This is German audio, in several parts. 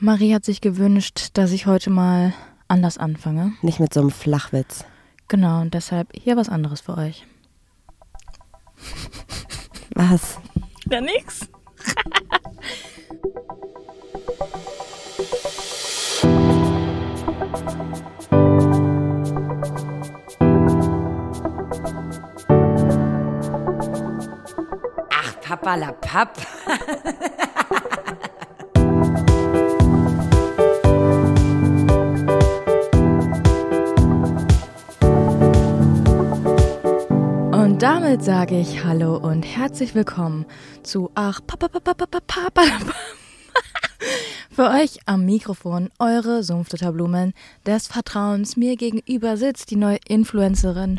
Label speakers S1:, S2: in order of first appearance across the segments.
S1: Marie hat sich gewünscht, dass ich heute mal anders anfange.
S2: Nicht mit so einem Flachwitz.
S1: Genau, und deshalb hier was anderes für euch.
S2: Was?
S1: Ja, nix.
S3: Ach, Papa la Papp.
S1: Und damit sage ich Hallo und herzlich willkommen zu Ach, Papa, Papa, Papa, Papa. Für euch am Mikrofon eure Sumpfdotterblumen des Vertrauens. Mir gegenüber sitzt die neue Influencerin,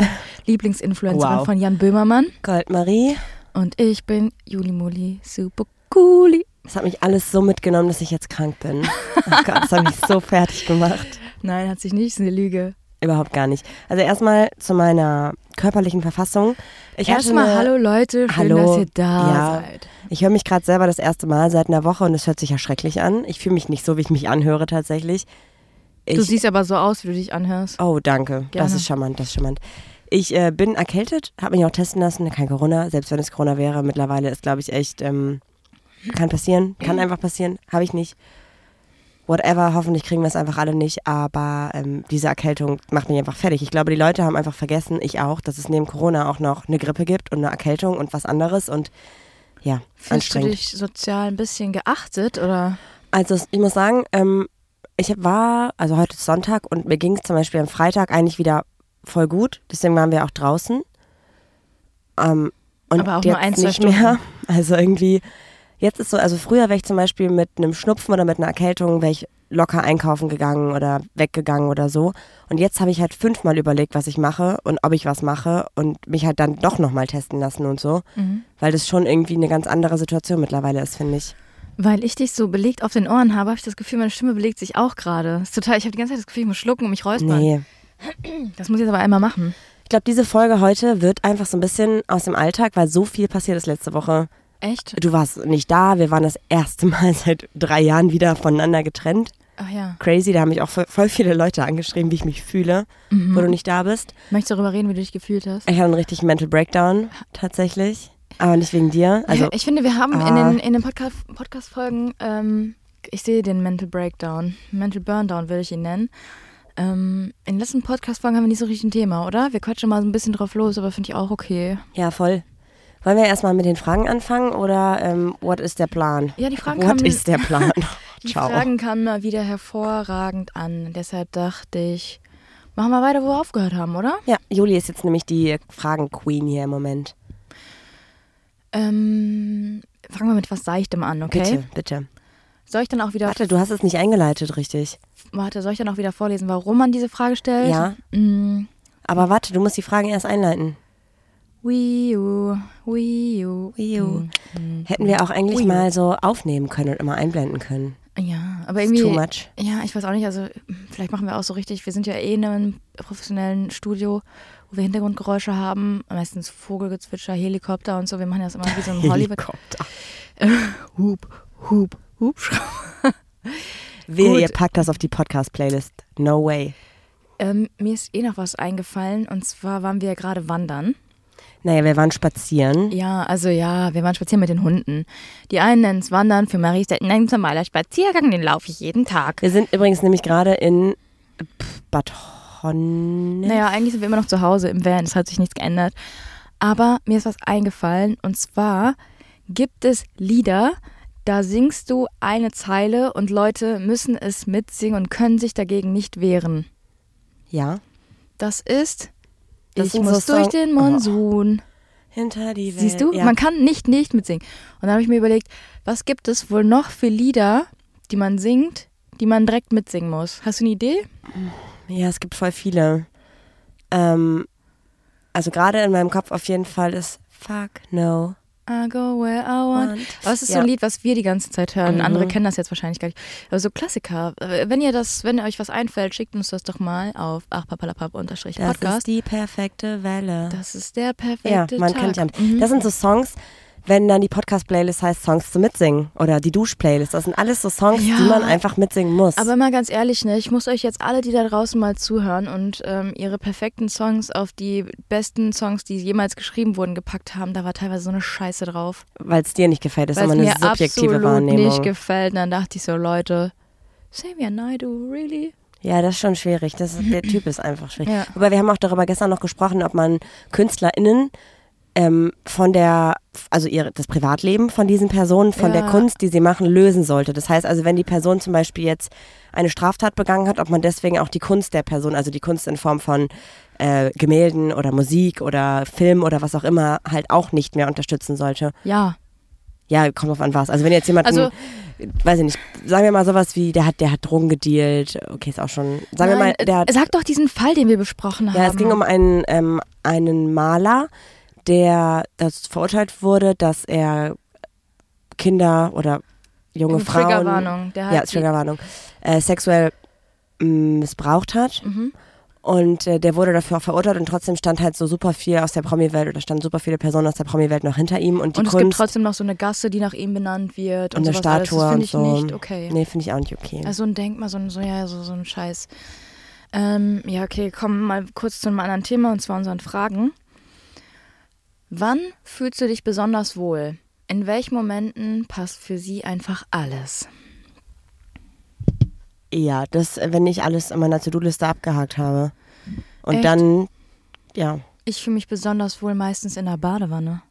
S1: Lieblingsinfluencerin
S2: Wow.
S1: von Jan Böhmermann.
S2: Goldmarie.
S1: Und ich bin Juli Muli, super cooli.
S2: Das hat mich alles so mitgenommen, dass ich jetzt krank bin. Oh Gott, das hat mich so fertig gemacht.
S1: Nein, hat sich nicht, ist eine Lüge.
S2: Überhaupt gar nicht. Also erstmal zu meiner körperlichen Verfassung. Ich hatte
S1: Erstmal
S2: eine-
S1: hallo Leute, schön,
S2: Hallo.
S1: dass ihr da
S2: Ja.
S1: seid.
S2: Ich höre mich gerade selber das erste Mal seit einer Woche und es hört sich ja schrecklich an. Ich fühle mich nicht so, wie ich mich anhöre tatsächlich. Ich,
S1: Du siehst aber so aus, wie du dich anhörst.
S2: Oh, danke. Das
S1: Gerne.
S2: ist charmant, das ist charmant. Ich äh, bin erkältet, habe mich auch testen lassen, kein Corona, selbst wenn es Corona wäre. Mittlerweile ist, glaube ich, echt, ähm, kann passieren, kann einfach passieren, habe ich nicht. Whatever, hoffentlich kriegen wir es einfach alle nicht, aber ähm, diese Erkältung macht mich einfach fertig. Ich glaube, die Leute haben einfach vergessen, ich auch, dass es neben Corona auch noch eine Grippe gibt und eine Erkältung und was anderes und ja,
S1: Fühlst du
S2: anstrengend.
S1: dich sozial ein bisschen geachtet oder?
S2: Also es- ich muss sagen, ähm, ich hab- war, also heute ist Sonntag und mir ging es zum Beispiel am Freitag eigentlich wieder voll gut. Deswegen waren wir auch draußen. Ähm, und
S1: Aber auch
S2: jetzt
S1: nur ein, zwei
S2: nicht mehr. Also irgendwie, jetzt ist so, also früher wäre ich zum Beispiel mit einem Schnupfen oder mit einer Erkältung, wäre ich locker einkaufen gegangen oder weggegangen oder so. Und jetzt habe ich halt fünfmal überlegt, was ich mache und ob ich was mache und mich halt dann doch nochmal testen lassen und so. Weil das schon irgendwie eine ganz andere Situation mittlerweile ist, finde ich.
S1: Weil ich dich so belegt auf den Ohren habe, habe ich das Gefühl, meine Stimme belegt sich auch gerade. Ist total, ich habe die ganze Zeit das Gefühl, ich muss schlucken und mich räuspern.
S2: Nee.
S1: Das muss ich jetzt aber einmal machen.
S2: Ich glaube, diese Folge heute wird einfach so ein bisschen aus dem Alltag, weil so viel passiert ist letzte Woche.
S1: Echt?
S2: Du warst nicht da, wir waren das erste Mal seit drei Jahren wieder voneinander getrennt.
S1: Ach ja.
S2: Crazy, da haben mich auch voll, voll viele Leute angeschrieben, wie ich mich fühle, wo
S1: Mhm.
S2: du nicht da bist.
S1: Möchtest du darüber reden, wie du dich gefühlt hast?
S2: Ich hatte einen richtigen Mental Breakdown tatsächlich, aber nicht wegen dir. Also
S1: ja, ich finde, wir haben in
S2: Ah.
S1: den, in den Podcast, Podcast-Folgen, ähm, ich sehe den Mental Breakdown, Mental Burndown würde ich ihn nennen. Ähm, in den letzten Podcast-Folgen haben wir nicht so richtig ein Thema, oder? Wir quatschen mal so ein bisschen drauf los, aber finde ich auch okay.
S2: ja, voll. Wollen wir erstmal mit den Fragen anfangen oder ähm, what ist der Plan?
S1: Ja, die Fragen
S2: What
S1: kamen-
S2: ist der Plan?
S1: Die
S2: Ciao.
S1: Fragen kamen mal wieder hervorragend an. Deshalb dachte ich, machen wir weiter, wo wir aufgehört haben, oder?
S2: Ja, Juli ist jetzt nämlich die Fragen-Queen hier im Moment.
S1: Ähm, fangen wir mit was Seichtem an, okay?
S2: Bitte, bitte.
S1: Soll ich dann auch wieder
S2: Warte, du hast es nicht eingeleitet, richtig?
S1: warte, soll ich dann auch wieder vorlesen, warum man diese Frage stellt?
S2: Ja.
S1: Mm,
S2: Aber warte, du musst die Fragen erst einleiten.
S1: Wii U, Wii U. Mm.
S2: Hm. Hätten wir auch eigentlich
S1: Ui.
S2: mal so aufnehmen können und immer einblenden können.
S1: Ja, aber
S2: It's
S1: irgendwie.
S2: too much.
S1: Ja, ich weiß auch nicht. Also, vielleicht machen wir auch so richtig. Wir sind ja eh in einem professionellen Studio, wo wir Hintergrundgeräusche haben. Meistens Vogelgezwitscher, Helikopter und so. Wir machen das immer wie so ein Hollywood.
S2: Helikopter.
S1: Hup, hup, hup.
S2: Wehe,
S1: Gut.
S2: ihr packt das auf die Podcast-Playlist. No way.
S1: Ähm, mir ist eh noch was eingefallen. Und zwar waren wir ja gerade wandern.
S2: Mhm. Naja, wir waren spazieren.
S1: Ja, also ja, wir waren spazieren mit den Hunden. Die einen nennen es Wandern, für Marie ist das ein ganz normaler Spaziergang, den laufe ich jeden Tag.
S2: Wir sind übrigens nämlich gerade in pff, Bad Honnef.
S1: Naja, eigentlich sind wir immer noch zu Hause im Van, es hat sich nichts geändert. Aber mir ist was eingefallen und zwar gibt es Lieder, da singst du eine Zeile und Leute müssen es mitsingen und können sich dagegen nicht wehren.
S2: Ja.
S1: Das ist
S2: Das
S1: Ich
S2: sind so
S1: muss durch
S2: Song-
S1: den Monsun.
S2: Hinter die Welt.
S1: Siehst du,
S2: Oh. Ja.
S1: man kann nicht nicht mitsingen. Und dann habe ich mir überlegt, was gibt es wohl noch für Lieder, die man singt, die man direkt mitsingen muss? Hast du eine Idee?
S2: ja, es gibt voll viele. Ähm, also gerade in meinem Kopf auf jeden Fall ist Fuck no.
S1: I go where I want.
S2: Want.
S1: Aber es ist so
S2: Ja.
S1: ein Lied, was wir die ganze Zeit hören.
S2: Mhm.
S1: Andere kennen das jetzt wahrscheinlich gar nicht. Aber so Klassiker. Äh, Wenn ihr das, wenn euch was einfällt, schickt uns das doch mal auf
S2: Das
S1: achpapalapap-podcast.
S2: ist die perfekte Welle.
S1: Das ist der
S2: Ja,
S1: perfekte
S2: man
S1: Tag.
S2: kennt ja.
S1: Mhm.
S2: Das sind so Songs, wenn dann die Podcast-Playlist heißt Songs zum Mitsingen oder die Dusch-Playlist. Das sind alles so Songs,
S1: Ja.
S2: die man einfach mitsingen muss.
S1: Aber mal ganz ehrlich, ne, ich muss euch jetzt alle, die da draußen mal zuhören und ähm, ihre perfekten Songs auf die besten Songs, die jemals geschrieben wurden, gepackt haben, da war teilweise so eine Scheiße drauf.
S2: Weil es dir nicht gefällt, ist
S1: Weil
S2: immer
S1: es
S2: eine
S1: mir
S2: subjektive
S1: absolut
S2: Wahrnehmung.
S1: nicht gefällt. Und dann dachte ich so, Leute, say me a night, do really?
S2: Ja, das ist schon schwierig. Das ist, der Typ ist einfach schwierig.
S1: Ja.
S2: Aber wir haben auch darüber gestern noch gesprochen, ob man KünstlerInnen ähm, von der, also ihre, das Privatleben von diesen Personen, von
S1: Ja.
S2: der Kunst, die sie machen, lösen sollte. Das heißt also, wenn die Person zum Beispiel jetzt eine Straftat begangen hat, ob man deswegen auch die Kunst der Person, also die Kunst in Form von äh, Gemälden oder Musik oder Film oder was auch immer, halt auch nicht mehr unterstützen sollte.
S1: Ja.
S2: Ja, kommt drauf an was. Also wenn jetzt jemand,
S1: Also-
S2: weiß ich nicht, sagen wir mal sowas wie, der hat, der hat Drogen gedealt, okay, ist auch schon, sagen wir
S1: Nein,
S2: mal, der
S1: äh,
S2: hat,
S1: sag doch diesen Fall, den wir besprochen haben.
S2: ja, es ging um einen, ähm, einen Maler, der das verurteilt wurde, dass er Kinder oder junge
S1: Wegen
S2: Frauen,
S1: Triggerwarnung. Der hat
S2: ja,
S1: die-
S2: Triggerwarnung, äh, sexuell mh, missbraucht hat.
S1: Mhm.
S2: Und äh, der wurde dafür auch verurteilt und trotzdem stand halt so super viel aus der Promi-Welt oder standen super viele Personen aus der Promi-Welt noch hinter ihm und die
S1: Und es
S2: Kunst
S1: gibt trotzdem noch so eine Gasse, die nach ihm benannt wird. Und,
S2: und eine
S1: sowas alles.
S2: Statue
S1: Das
S2: und
S1: finde ich
S2: so.
S1: nicht okay.
S2: Nee, finde ich auch nicht okay.
S1: Also ein Denkmal, so ein, so, ja, so, so ein Scheiß. Ähm, ja, okay, kommen wir mal kurz zu einem anderen Thema und zwar unseren Fragen. Wann fühlst du dich besonders wohl? In welchen Momenten passt für sie einfach alles?
S2: ja, das, äh, wenn ich alles in meiner To-Do-Liste abgehakt habe. Und
S1: Echt?
S2: dann, ja.
S1: Ich fühle mich besonders wohl meistens in der Badewanne.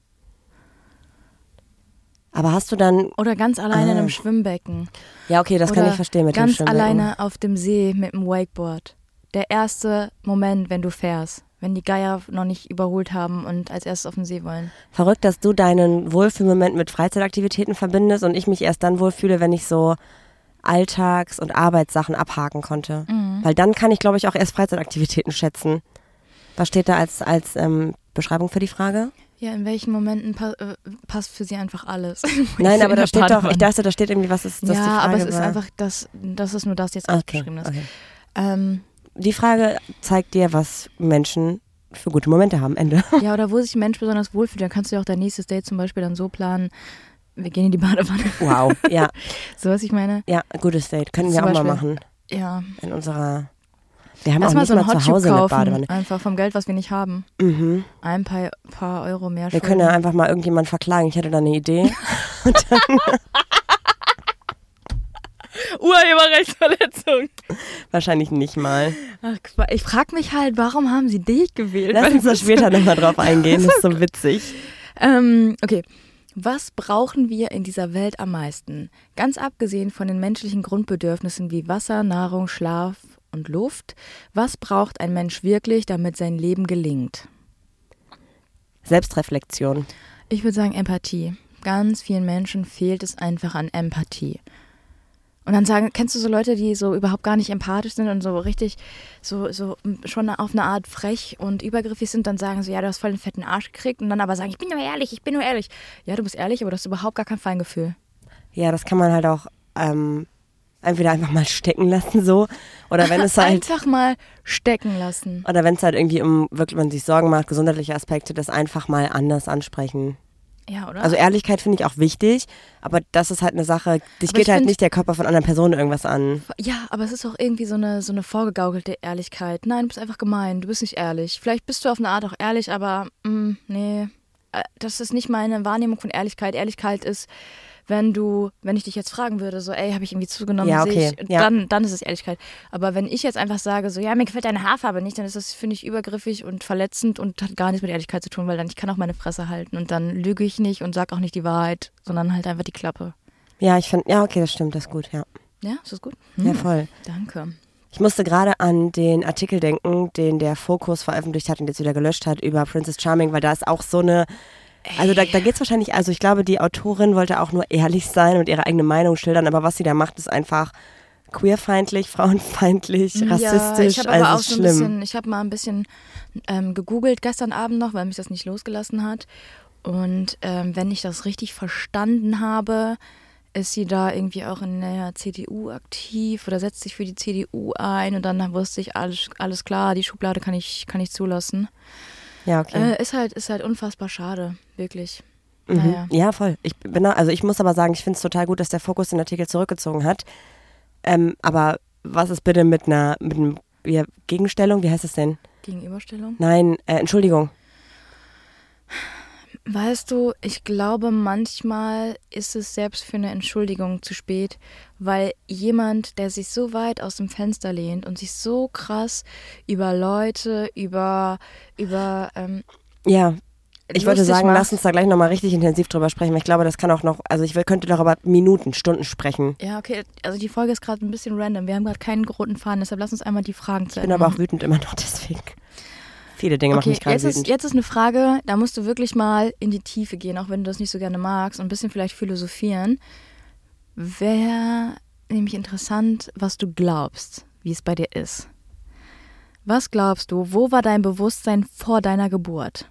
S2: Aber hast du dann,
S1: Oder ganz alleine in
S2: Ah.
S1: einem Schwimmbecken.
S2: ja okay, das
S1: Oder
S2: kann ich verstehen mit dem
S1: ganz
S2: Schwimmen.
S1: alleine auf dem See mit dem Wakeboard. Der erste Moment, wenn du fährst. Wenn die Geier noch nicht überholt haben und als erstes auf dem See wollen.
S2: Verrückt, dass du deinen Wohlfühlmoment mit Freizeitaktivitäten verbindest und ich mich erst dann wohlfühle, wenn ich so Alltags- und Arbeitssachen abhaken konnte.
S1: Mhm.
S2: Weil dann kann ich, glaube ich, auch erst Freizeitaktivitäten schätzen. Was steht da als, als ähm, Beschreibung für die Frage?
S1: Ja, in welchen Momenten pa äh, passt für sie einfach alles?
S2: Nein,
S1: In
S2: aber da
S1: der
S2: steht doch,
S1: Badewanne.
S2: ich dachte, da steht irgendwie, was ist das die
S1: ja,
S2: Frage
S1: aber es ist
S2: war. Ah,
S1: einfach, das, das ist nur das jetzt
S2: okay,
S1: aufgeschrieben ist.
S2: okay.
S1: Ähm,
S2: Die Frage zeigt dir, was Menschen für gute Momente haben. Ende.
S1: ja, oder wo sich ein Mensch besonders wohlfühlt, dann kannst du ja auch dein nächstes Date zum Beispiel dann so planen, wir gehen in die Badewanne.
S2: Wow. Ja,
S1: so was ich meine.
S2: ja, gutes Date. Können
S1: Zum
S2: wir auch mal
S1: Beispiel.
S2: machen.
S1: Ja.
S2: In unserer. Wir haben
S1: Lass
S2: auch
S1: mal
S2: nicht
S1: so ein
S2: mal zu
S1: Hotchip
S2: Hause eine
S1: kaufen,
S2: Badewanne.
S1: einfach vom Geld, was wir nicht haben.
S2: Mhm.
S1: Ein paar, paar Euro mehr
S2: Wir
S1: schulden.
S2: können ja einfach mal irgendjemanden verklagen. Ich hatte da eine Idee.
S1: Urheberrechtsverletzung.
S2: Wahrscheinlich nicht mal.
S1: Ach, Qua- ich frage mich halt, warum haben sie dich gewählt?
S2: Lass
S1: Weil-
S2: uns da später nochmal drauf eingehen. Das ist so witzig.
S1: Ähm, okay. Was brauchen wir in dieser Welt am meisten? Ganz abgesehen von den menschlichen Grundbedürfnissen wie Wasser, Nahrung, Schlaf und Luft, was braucht ein Mensch wirklich, damit sein Leben gelingt?
S2: Selbstreflexion.
S1: Ich würde sagen Empathie. Ganz vielen Menschen fehlt es einfach an Empathie. Und dann sagen, kennst du so Leute, die so überhaupt gar nicht empathisch sind und so richtig so, so hm, schon auf eine Art frech und übergriffig sind, dann sagen so, ja, du hast voll den fetten Arsch gekriegt und dann aber sagen, ich bin nur ehrlich, ich bin nur ehrlich. Ja, du bist ehrlich, aber du hast überhaupt gar kein Feingefühl.
S2: Ja, das kann man halt auch ähm, entweder einfach mal stecken lassen so. Oder wenn es halt
S1: Einfach mal stecken lassen.
S2: Oder wenn es halt irgendwie um, wirklich man sich Sorgen macht, gesundheitliche Aspekte, das einfach mal anders ansprechen.
S1: Ja, oder?
S2: Also Ehrlichkeit finde ich auch wichtig, aber das ist halt eine Sache, dich
S1: Aber ich
S2: geht halt
S1: find-
S2: nicht der Körper von anderen Personen irgendwas an.
S1: ja, aber es ist auch irgendwie so eine, so eine vorgegaukelte Ehrlichkeit. Nein, du bist einfach gemein, du bist nicht ehrlich. Vielleicht bist du auf eine Art auch ehrlich, aber mh, nee, Äh, das ist nicht meine Wahrnehmung von Ehrlichkeit. Ehrlichkeit ist, wenn du, wenn ich dich jetzt fragen würde, so, ey, habe ich irgendwie zugenommen,
S2: Ja,
S1: sehe
S2: okay,
S1: ich,
S2: ja.
S1: dann, dann ist es Ehrlichkeit. Aber wenn ich jetzt einfach sage, so, ja, mir gefällt deine Haarfarbe nicht, dann ist das, finde ich, übergriffig und verletzend und hat gar nichts mit Ehrlichkeit zu tun, weil dann ich kann auch meine Fresse halten und dann lüge ich nicht und sage auch nicht die Wahrheit, sondern halt einfach die Klappe.
S2: Ja, ich finde, ja, okay, das stimmt, das ist gut, ja.
S1: Ja, ist das gut? Hm,
S2: Ja, voll.
S1: Danke.
S2: Ich musste gerade an den Artikel denken, den der Fokus veröffentlicht hat und jetzt wieder gelöscht hat über Princess Charming, weil da ist auch so eine. Also da, da geht es wahrscheinlich, also ich glaube, die Autorin wollte auch nur ehrlich sein und ihre eigene Meinung schildern, aber was sie da macht, ist einfach queerfeindlich, frauenfeindlich, rassistisch,
S1: Ja, ich habe
S2: also
S1: aber auch
S2: ist
S1: so ein
S2: schlimm.
S1: bisschen, ich habe mal ein bisschen ähm, gegoogelt gestern Abend noch, weil mich das nicht losgelassen hat. Und ähm, wenn ich das richtig verstanden habe, ist sie da irgendwie auch in der CDU aktiv oder setzt sich für die CDU ein und dann wusste ich, alles, alles klar, die Schublade kann ich, kann ich zulassen.
S2: ja, okay. Mhm.
S1: Äh, ist, halt, ist halt unfassbar schade, wirklich. Naja.
S2: Ja, voll. Ich bin da, also ich muss aber sagen, ich finde es total gut, dass der Fokus den Artikel zurückgezogen hat. Ähm, aber was ist bitte mit einer mit einem, ja, Gegenstellung? Wie heißt das denn?
S1: Gegenüberstellung.
S2: Nein, äh, Entschuldigung.
S1: Weißt du, ich glaube, manchmal ist es selbst für eine Entschuldigung zu spät, weil jemand, der sich so weit aus dem Fenster lehnt und sich so krass über Leute, über, über, ähm,
S2: Ja, ich würde
S1: lustig
S2: sagen,
S1: macht.
S2: lass uns da gleich nochmal richtig intensiv drüber sprechen, weil ich glaube, das kann auch noch, also ich will, könnte darüber Minuten, Stunden sprechen.
S1: Ja, okay, also die Folge ist gerade ein bisschen random. Wir haben gerade keinen roten Faden, deshalb lass uns einmal die Fragen zu
S2: Ich bin aber auch wütend immer noch deswegen. Viele Dinge machen
S1: Ähm. Okay,
S2: mich gerade
S1: jetzt ist,
S2: wütend.
S1: jetzt ist eine Frage, da musst du wirklich mal in die Tiefe gehen, auch wenn du das nicht so gerne magst und ein bisschen vielleicht philosophieren. Wäre nämlich interessant, was du glaubst, wie es bei dir ist. Was glaubst du, wo war dein Bewusstsein vor deiner Geburt?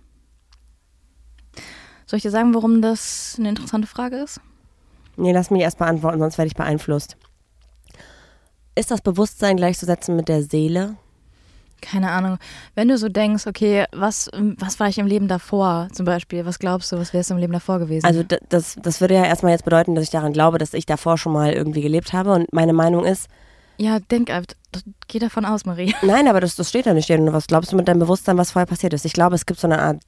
S1: Soll ich dir sagen, warum das eine interessante Frage ist?
S2: Nee, lass mich erst beantworten, sonst werde ich beeinflusst. Ist das Bewusstsein gleichzusetzen mit der Seele?
S1: Keine Ahnung. Wenn du so denkst, okay, was, was war ich im Leben davor zum Beispiel? Was glaubst du, was wärst du im Leben davor gewesen?
S2: Also d- das, das würde ja erstmal jetzt bedeuten, dass ich daran glaube, dass ich davor schon mal irgendwie gelebt habe. Und meine Meinung ist,
S1: ja, denk, einfach- geh davon aus, Marie.
S2: nein, aber das, das steht da nicht. hier. Und was glaubst du mit deinem Bewusstsein, was vorher passiert ist? Ich glaube, es gibt so eine Art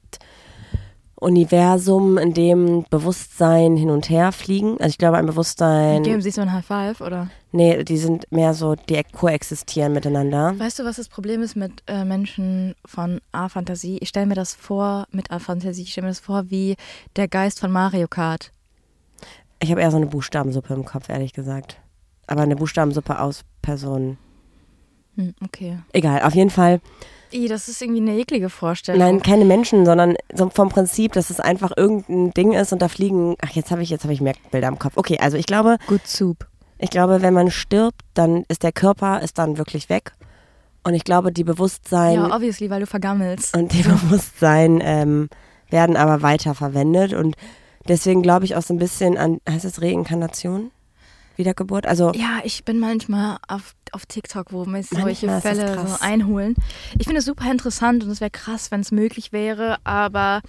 S2: Universum, in dem Bewusstsein hin und her fliegen. Also ich glaube, ein Bewusstsein,
S1: Geben siehst du ein High Five, oder?
S2: nee, die sind mehr so, die koexistieren miteinander.
S1: Weißt du, was das Problem ist mit äh, Menschen von A-Fantasie? Ich stelle mir das vor, mit A-Fantasie, ich stelle mir das vor wie der Geist von Mario Kart.
S2: Ich habe eher so eine Buchstabensuppe im Kopf, ehrlich gesagt. Aber eine Buchstabensuppe aus Personen.
S1: Hm, okay.
S2: Egal, auf jeden Fall.
S1: I, das ist irgendwie eine eklige Vorstellung.
S2: Nein, keine Menschen, sondern so vom Prinzip, dass es einfach irgendein Ding ist und da fliegen. Ach, jetzt habe ich jetzt habe ich mehr Bilder im Kopf. Okay, also ich glaube,
S1: Gut Soup.
S2: ich glaube, wenn man stirbt, dann ist der Körper ist dann wirklich weg. Und ich glaube, die Bewusstsein
S1: Ja, obviously, weil du vergammelst.
S2: und die Bewusstsein ähm, werden aber weiter verwendet und deswegen glaube ich auch so ein bisschen an heißt es Reinkarnation, Wiedergeburt. Also
S1: Ja, ich bin manchmal auf, auf TikTok, wo mich solche
S2: Manchmal ist das
S1: Fälle so
S2: krass.
S1: einholen. Ich finde es super interessant und es wäre krass, wenn es möglich wäre, aber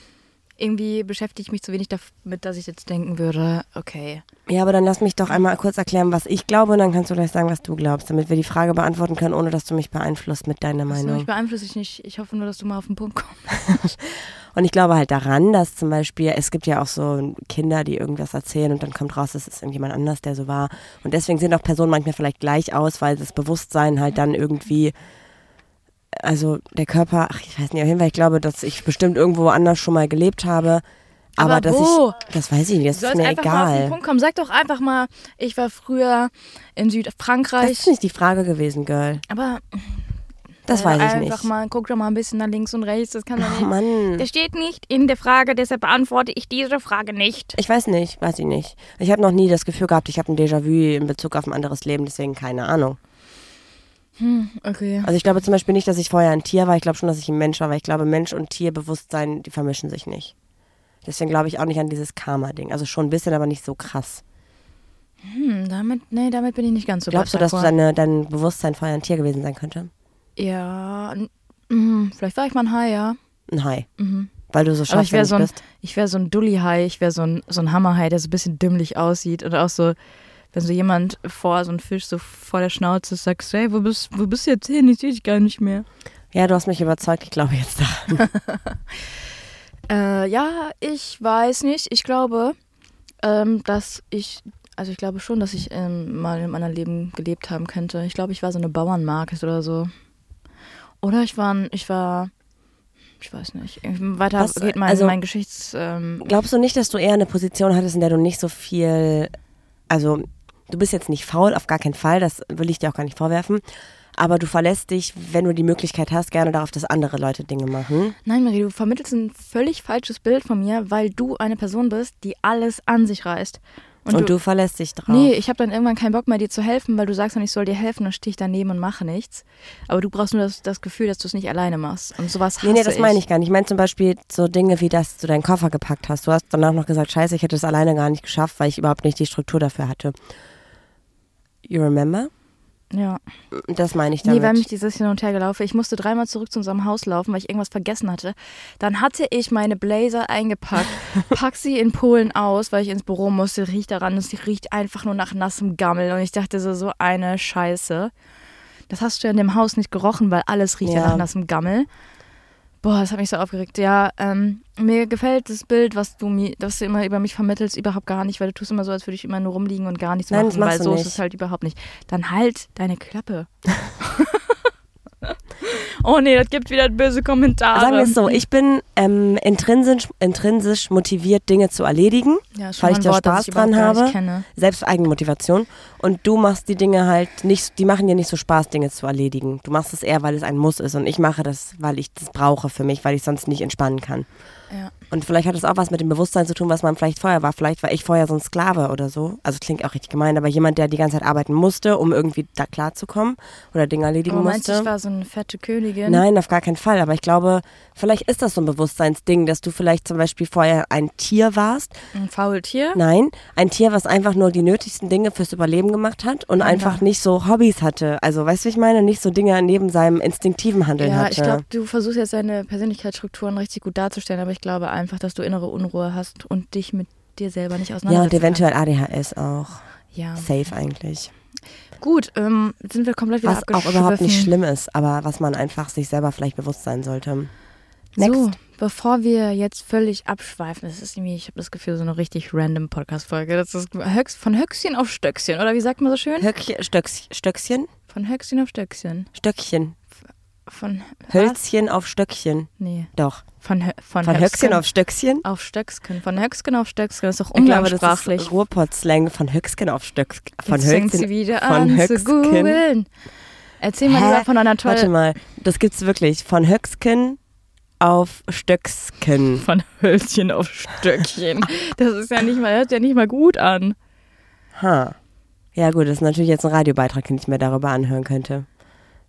S1: irgendwie beschäftige ich mich zu wenig damit, dass ich jetzt denken würde, okay.
S2: ja, aber dann lass mich doch einmal kurz erklären, was ich glaube und dann kannst du gleich sagen, was du glaubst, damit wir die Frage beantworten können, ohne dass du mich beeinflusst mit deiner
S1: Das
S2: Meinung.
S1: mich beeinflusst dich nicht. Ich hoffe nur, dass du mal auf den Punkt kommst.
S2: Und ich glaube halt daran, dass zum Beispiel, es gibt ja auch so Kinder, die irgendwas erzählen und dann kommt raus, es ist irgendjemand anders, der so war. Und deswegen sehen auch Personen manchmal vielleicht gleich aus, weil das Bewusstsein halt dann irgendwie, also der Körper, ach, ich weiß nicht, auf jeden Fall, ich glaube, dass ich bestimmt irgendwo anders schon mal gelebt habe. Aber,
S1: Aber
S2: dass
S1: wo?
S2: ich, das weiß ich nicht, das
S1: Du
S2: ist
S1: sollst
S2: mir
S1: einfach mal auf den
S2: egal.
S1: Punkt kommen. Sag doch einfach mal, ich war früher in
S2: Das
S1: Südfrankreich.
S2: ist nicht die Frage gewesen, Girl.
S1: aber
S2: Das
S1: äh,
S2: weiß ich
S1: einfach
S2: nicht.
S1: mal, guck doch mal ein bisschen nach links und rechts. Das kann doch
S2: Ach,
S1: nicht.
S2: Mann.
S1: Das steht nicht in der Frage, deshalb beantworte ich diese Frage nicht.
S2: Ich weiß nicht, weiß ich nicht. Ich habe noch nie das Gefühl gehabt, ich habe ein Déjà-vu in Bezug auf ein anderes Leben, deswegen keine Ahnung.
S1: Okay.
S2: Also ich glaube zum Beispiel nicht, dass ich vorher ein Tier war. Ich glaube schon, dass ich ein Mensch war, weil ich glaube, Mensch und Tierbewusstsein, die vermischen sich nicht. Deswegen glaube ich auch nicht an dieses Karma-Ding. Also schon ein bisschen, aber nicht so krass.
S1: Hm, damit, nee, damit bin ich nicht ganz so
S2: Glaubst du, dass du
S1: d'accord.
S2: deine, dein Bewusstsein vorher ein Tier gewesen sein könnte?
S1: Ja. n- mm, vielleicht war ich mal ein Hai, ja. Mhm.
S2: Ein Hai. Weil du so
S1: Aber ich wäre
S2: scharfsinnig
S1: so ein,
S2: bist.
S1: ich wär so ein Dulli-Hai, ich wäre so ein, so ein Hammerhai, der so ein bisschen dümmlich aussieht. Oder auch so, wenn so jemand vor, so ein Fisch so vor der Schnauze ist, sagst, hey, wo bist, wo bist du jetzt hin? Ich sehe dich gar nicht mehr.
S2: Ja, du hast mich überzeugt. Ich glaube jetzt daran.
S1: Äh, ja, ich weiß nicht. Ich glaube, ähm, dass ich, also ich glaube schon, dass ich ähm, mal in meinem Leben gelebt haben könnte. Ich glaube, ich war so eine Bauernmarket oder so. Oder ich war, ein- ich war, ich weiß nicht. Weiter
S2: Was,
S1: geht mein,
S2: also-
S1: mein Geschichts... Ähm,
S2: Glaubst du nicht, dass du eher eine Position hattest, in der du nicht so viel... Also du bist jetzt nicht faul, auf gar keinen Fall. Das will ich dir auch gar nicht vorwerfen. Aber du verlässt dich, wenn du die Möglichkeit hast, gerne darauf, dass andere Leute Dinge machen.
S1: Nein, Marie, du vermittelst ein völlig falsches Bild von mir, weil du eine Person bist, die alles an sich reißt.
S2: Und, du, verlässt dich drauf.
S1: Nee, ich habe dann irgendwann keinen Bock mehr, dir zu helfen, weil du sagst dann, ich soll dir helfen, dann stehe ich daneben und mache nichts. Aber du brauchst nur das, das Gefühl, dass du es nicht alleine machst. Und sowas hasse
S2: Nee, nee, das meine ich gar nicht. Ich meine zum Beispiel so Dinge wie, dass du deinen Koffer gepackt hast. Du hast danach noch gesagt, scheiße, ich hätte es alleine gar nicht geschafft, weil ich überhaupt nicht die Struktur dafür hatte. You remember?
S1: Ja.
S2: Das meine ich damit.
S1: Nee, weil mich dieses hin und her gelaufen. Ich musste dreimal zurück zu unserem Haus laufen, weil ich irgendwas vergessen hatte. Dann hatte ich meine Blazer eingepackt, pack sie in Polen aus, weil ich ins Büro musste, riecht daran, es riecht einfach nur nach nassem Gammel. Und ich dachte so, so eine Scheiße. Das hast du ja in dem Haus nicht gerochen, weil alles riecht ja,
S2: Ja.
S1: nach nassem Gammel. Boah, das hat mich so aufgeregt. Ja, ähm, mir gefällt das Bild, was du mir, was du immer über mich vermittelst, überhaupt gar nicht, weil du tust immer so, als würde ich immer nur rumliegen und gar nichts
S2: Nein, das
S1: machen,
S2: machst
S1: weil
S2: du
S1: so
S2: nicht.
S1: ist es halt überhaupt nicht. Dann halt deine Klappe. Oh nee, das gibt wieder böse Kommentare.
S2: Sagen wir es so, ich bin ähm, intrinsisch, intrinsisch motiviert, Dinge zu erledigen,
S1: Ja, ist schon
S2: weil
S1: mal
S2: ich
S1: ein
S2: da
S1: Wort, das
S2: Spaß
S1: ich überhaupt
S2: dran
S1: gar nicht
S2: habe.
S1: kenne.
S2: Selbst Eigenmotivation. Und du machst die Dinge halt nicht, die machen dir nicht so Spaß, Dinge zu erledigen. Du machst es eher, weil es ein Muss ist. Und ich mache das, weil ich das brauche für mich, weil ich sonst nicht entspannen kann.
S1: Ja.
S2: Und vielleicht hat es auch was mit dem Bewusstsein zu tun, was man vielleicht vorher war. Vielleicht war ich vorher so ein Sklave oder so. Also klingt auch richtig gemein, aber jemand, der die ganze Zeit arbeiten musste, um irgendwie da klarzukommen oder Dinge erledigen
S1: Aber meinst
S2: musste.
S1: du, ich war so eine fette Königin?
S2: Nein, auf gar keinen Fall. Aber ich glaube, vielleicht ist das so ein Bewusstseinsding, dass du vielleicht zum Beispiel vorher ein Tier warst.
S1: Ein Faultier?
S2: Nein, ein Tier, was einfach nur die nötigsten Dinge fürs Überleben gemacht hat und einfach nicht so Hobbys hatte. Also, weißt du, wie ich meine? Nicht so Dinge neben seinem instinktiven Handeln
S1: Ja,
S2: hatte.
S1: ich glaube, du versuchst jetzt deine Persönlichkeitsstrukturen richtig gut darzustellen, aber ich glaube einfach, dass du innere Unruhe hast und dich mit dir selber nicht
S2: ja, und
S1: auseinandersetzen
S2: eventuell ADHS auch.
S1: kannst. Ja.
S2: Safe eigentlich.
S1: Gut, ähm, sind wir komplett wieder
S2: Was auch überhaupt nicht
S1: abgeschwiffen.
S2: schlimm ist, aber was man einfach sich selber vielleicht bewusst sein sollte. Next.
S1: So, bevor wir jetzt völlig abschweifen, das ist irgendwie, ich habe das Gefühl, so eine richtig random Podcast-Folge. Das ist Höchst, von Höchstchen auf Stöckchen, oder wie sagt man so schön?
S2: Höckchen, Stöcks, Stöckchen?
S1: Von Höchstchen auf Stöckchen.
S2: Stöckchen.
S1: Von was?
S2: Hölzchen auf Stöckchen.
S1: Nee,
S2: Doch.
S1: von, Hö- von,
S2: Von Höckchen
S1: Höchstchen
S2: auf Stöckchen?
S1: auf Stöcksken. Von Höchstgen auf Stöcksken ist doch
S2: Ich glaube, das
S1: umgangssprachlich.
S2: ist Ruhrpott-Slang von Höcksken auf Stöcks. Von
S1: Jetzt fängt sie
S2: Höcksken.
S1: wieder
S2: von
S1: an zu
S2: Höcksken.
S1: googeln. Erzähl mal
S2: Hä?
S1: lieber von einer
S2: Warte
S1: tollen...
S2: mal, das gibt's wirklich. Von Höcksken auf Stöcksken.
S1: Von Hölzchen auf Stöckchen. Das ist ja nicht mal, hört ja nicht mal gut an.
S2: Ha. Ja gut, das ist natürlich jetzt ein Radiobeitrag, den ich mir darüber anhören könnte.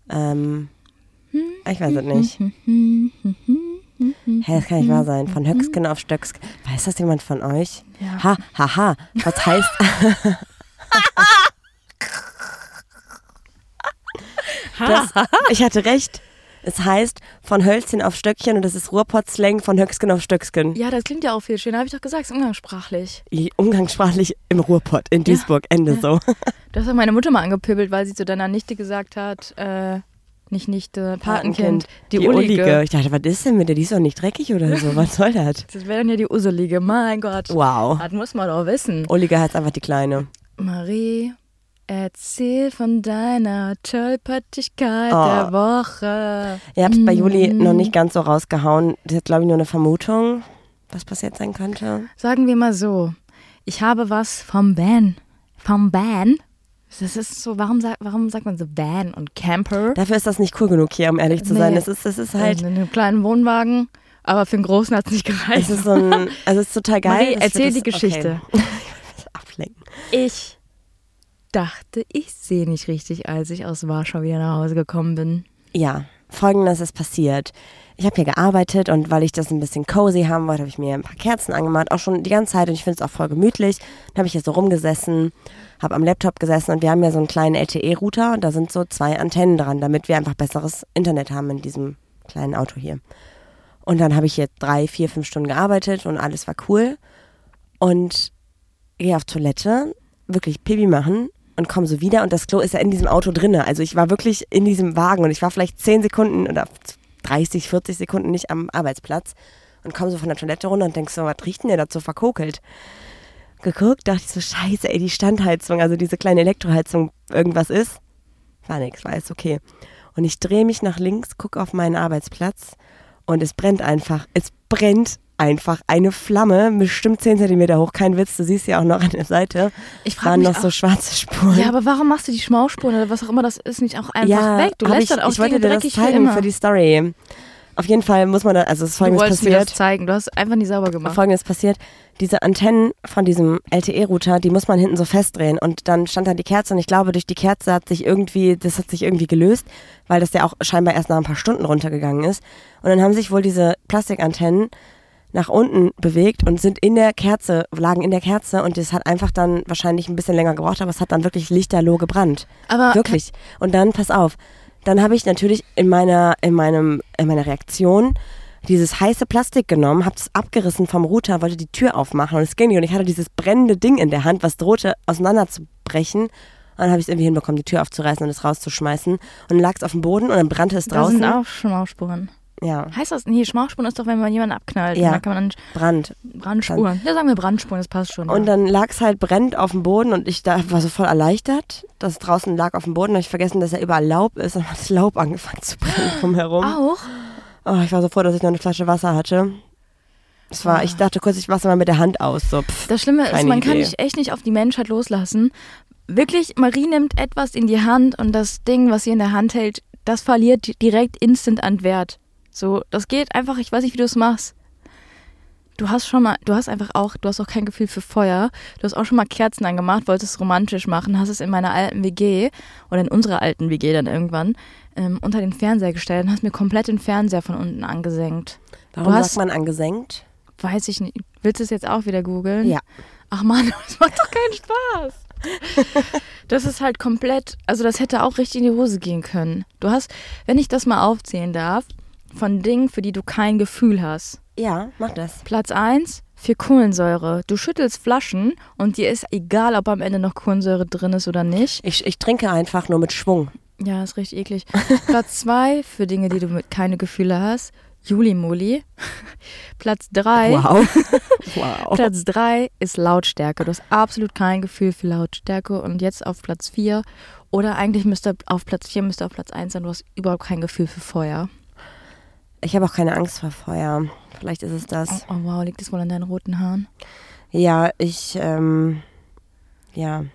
S2: Ähm, ich weiß es nicht. Hä, das kann nicht wahr sein. Von Höcksken auf Stöcksken. Weiß das jemand von euch?
S1: Ja.
S2: Ha, ha, ha. Was heißt... das, ich hatte recht. Es heißt von Hölzchen auf Stöckchen und das ist Ruhrpott-Slang von Höcksken auf Stöcksken.
S1: Ja, das klingt ja auch viel schöner, habe ich doch gesagt, ist umgangssprachlich.
S2: Umgangssprachlich im Ruhrpott, in Duisburg, Ende so.
S1: Das hat meine Mutter mal angepöbelt, weil sie zu deiner Nichte gesagt hat, äh, nicht Nichte, Patenkind,
S2: Ah,
S1: die, Ullige.
S2: Ich dachte, was ist denn mit der? Die ist doch nicht dreckig oder so. Was soll das?
S1: Das wäre dann ja die Uselige, mein Gott.
S2: Wow.
S1: Das muss man doch wissen.
S2: Ullige heißt einfach die Kleine.
S1: Marie, erzähl von deiner Tollpattigkeit
S2: Oh.
S1: der Woche.
S2: Ihr habt es bei Juli
S1: Mhm.
S2: noch nicht ganz so rausgehauen. Das ist, glaube ich, nur eine Vermutung, was passiert sein könnte.
S1: Sagen wir mal so, ich habe was vom Van. Vom Van? Das ist so, warum, sa- warum sagt man so Van und Camper?
S2: Dafür ist das nicht cool genug hier, um ehrlich zu sein.
S1: Nee.
S2: Es ist, es ist halt,
S1: In einem kleinen Wohnwagen, aber für einen großen hat es nicht gereicht.
S2: es ist so ein, also es ist total geil.
S1: Marie,
S2: dass
S1: erzähl
S2: wir das,
S1: die Geschichte.
S2: Okay. Ablenken.
S1: Ich dachte, ich sehe nicht richtig, als ich aus Warschau wieder nach Hause gekommen bin.
S2: Ja, folgendes ist passiert. Ich habe hier gearbeitet und weil ich das ein bisschen cozy haben wollte, habe ich mir ein paar Kerzen angemacht, auch schon die ganze Zeit und ich finde es auch voll gemütlich. Dann habe ich hier so rumgesessen, habe am Laptop gesessen und wir haben ja so einen kleinen LTE-Router und da sind so zwei Antennen dran, damit wir einfach besseres Internet haben in diesem kleinen Auto hier. Und dann habe ich hier drei, vier, fünf Stunden gearbeitet und alles war cool. Und gehe auf Toilette, wirklich Pipi machen und komme so wieder und das Klo ist ja in diesem Auto drinne. Also ich war wirklich in diesem Wagen und ich war vielleicht 10 Sekunden oder 30, 40 Sekunden nicht am Arbeitsplatz und komme so von der Toilette runter und denk so, was riecht denn der dazu verkokelt? Geguckt, dachte ich so, scheiße, ey, die Standheizung, also diese kleine Elektroheizung, irgendwas ist. War nix, war alles okay. Und ich drehe mich nach links, gucke auf meinen Arbeitsplatz und es brennt einfach. Es brennt einfach eine Flamme, bestimmt 10 Zentimeter hoch, kein Witz, du siehst ja auch noch an der Seite.
S1: Ich frag
S2: Waren
S1: mich
S2: noch so
S1: auch-
S2: schwarze Spuren.
S1: Ja, aber warum machst du die Schmausspuren oder was auch immer das ist nicht auch einfach
S2: ja,
S1: weg? Du
S2: hab
S1: lässt
S2: ich,
S1: dann auch
S2: ich wollte
S1: Dinge
S2: dir das
S1: dreckig für
S2: zeigen
S1: immer.
S2: für die Story. Auf jeden Fall muss man da, also es ist
S1: du
S2: folgendes
S1: wolltest mir das
S2: passiert.
S1: zeigen, du hast einfach nicht sauber gemacht.
S2: Folgendes passiert, diese Antennen von diesem LTE-Router, die muss man hinten so festdrehen und dann stand da die Kerze und ich glaube, durch die Kerze hat sich irgendwie, das hat sich irgendwie gelöst, weil das ja auch scheinbar erst nach ein paar Stunden runtergegangen ist. Und dann haben sich wohl diese Plastikantennen nach unten bewegt und sind in der Kerze, lagen in der Kerze und das hat einfach dann wahrscheinlich ein bisschen länger gebraucht, aber es hat dann wirklich lichterloh gebrannt.
S1: Aber
S2: Wirklich. Und dann, pass auf, dann habe ich natürlich in meiner, in meinem, in meiner Reaktion dieses heiße Plastik genommen, habe es abgerissen vom Router, wollte die Tür aufmachen und es ging nicht. Und ich hatte dieses brennende Ding in der Hand, was drohte auseinanderzubrechen. Und dann habe ich es irgendwie hinbekommen, die Tür aufzureißen und es rauszuschmeißen. Und dann lag es auf dem Boden und dann brannte es
S1: da sind
S2: draußen.
S1: auch Schmauchspuren.
S2: Ja,
S1: Heißt das? Nee, Schmauchspuren ist doch, wenn man jemanden abknallt.
S2: Ja.
S1: Ja. Dann kann man
S2: Brand.
S1: dann Brandspuren. Ja, sagen wir Brandspuren, das passt schon.
S2: Und dann lag es halt brennend auf dem Boden und ich da war so voll erleichtert, dass es draußen lag auf dem Boden. Habe ich vergessen, dass er überall Laub ist und dann hat das Laub angefangen zu brennen drumherum.
S1: auch?
S2: Oh, ich war so froh, dass ich noch eine Flasche Wasser hatte. Es war, ich dachte kurz, ich wasser mal mit der Hand aus. So, pff.
S1: Das Schlimme ist,
S2: Keine
S1: man kann
S2: Idee.
S1: dich echt nicht auf die Menschheit loslassen. Wirklich, Marie nimmt etwas in die Hand und das Ding, was sie in der Hand hält, das verliert di- direkt instant an Wert. So, das geht einfach, ich weiß nicht, wie du es machst. Du hast schon mal, du hast einfach auch, du hast auch kein Gefühl für Feuer. Du hast auch schon mal Kerzen angemacht, wolltest es romantisch machen, hast es in meiner alten WG oder in unserer alten WG dann irgendwann ähm, unter den Fernseher gestellt und hast mir komplett den Fernseher von unten angesenkt.
S2: Warum
S1: du
S2: sagt
S1: hast,
S2: man angesenkt?
S1: weiß ich nicht, willst du es jetzt auch wieder googeln?
S2: Ja.
S1: Ach man, das macht doch keinen Spaß. Das ist halt komplett, also das hätte auch richtig in die Hose gehen können. Du hast, wenn ich das mal aufzählen darf, von Dingen, für die du kein Gefühl hast.
S2: Ja, mach das.
S1: Platz 1 für Kohlensäure. Du schüttelst Flaschen und dir ist egal, ob am Ende noch Kohlensäure drin ist oder nicht.
S2: Ich, ich trinke einfach nur mit Schwung.
S1: Ja, ist richtig eklig. Platz 2 für Dinge, die du mit keine Gefühle hast. Julimoli. Platz 3
S2: wow.
S1: Platz 3 ist Lautstärke. Du hast absolut kein Gefühl für Lautstärke. Und jetzt auf Platz 4, oder eigentlich müsste auf Platz 4, müsste auf Platz 1 sein, du hast überhaupt kein Gefühl für Feuer.
S2: Ich habe auch keine Angst vor Feuer. Vielleicht ist es
S1: Oh,
S2: das.
S1: oh wow, liegt es wohl an deinen roten Haaren?
S2: Ja, ich, ähm, ja.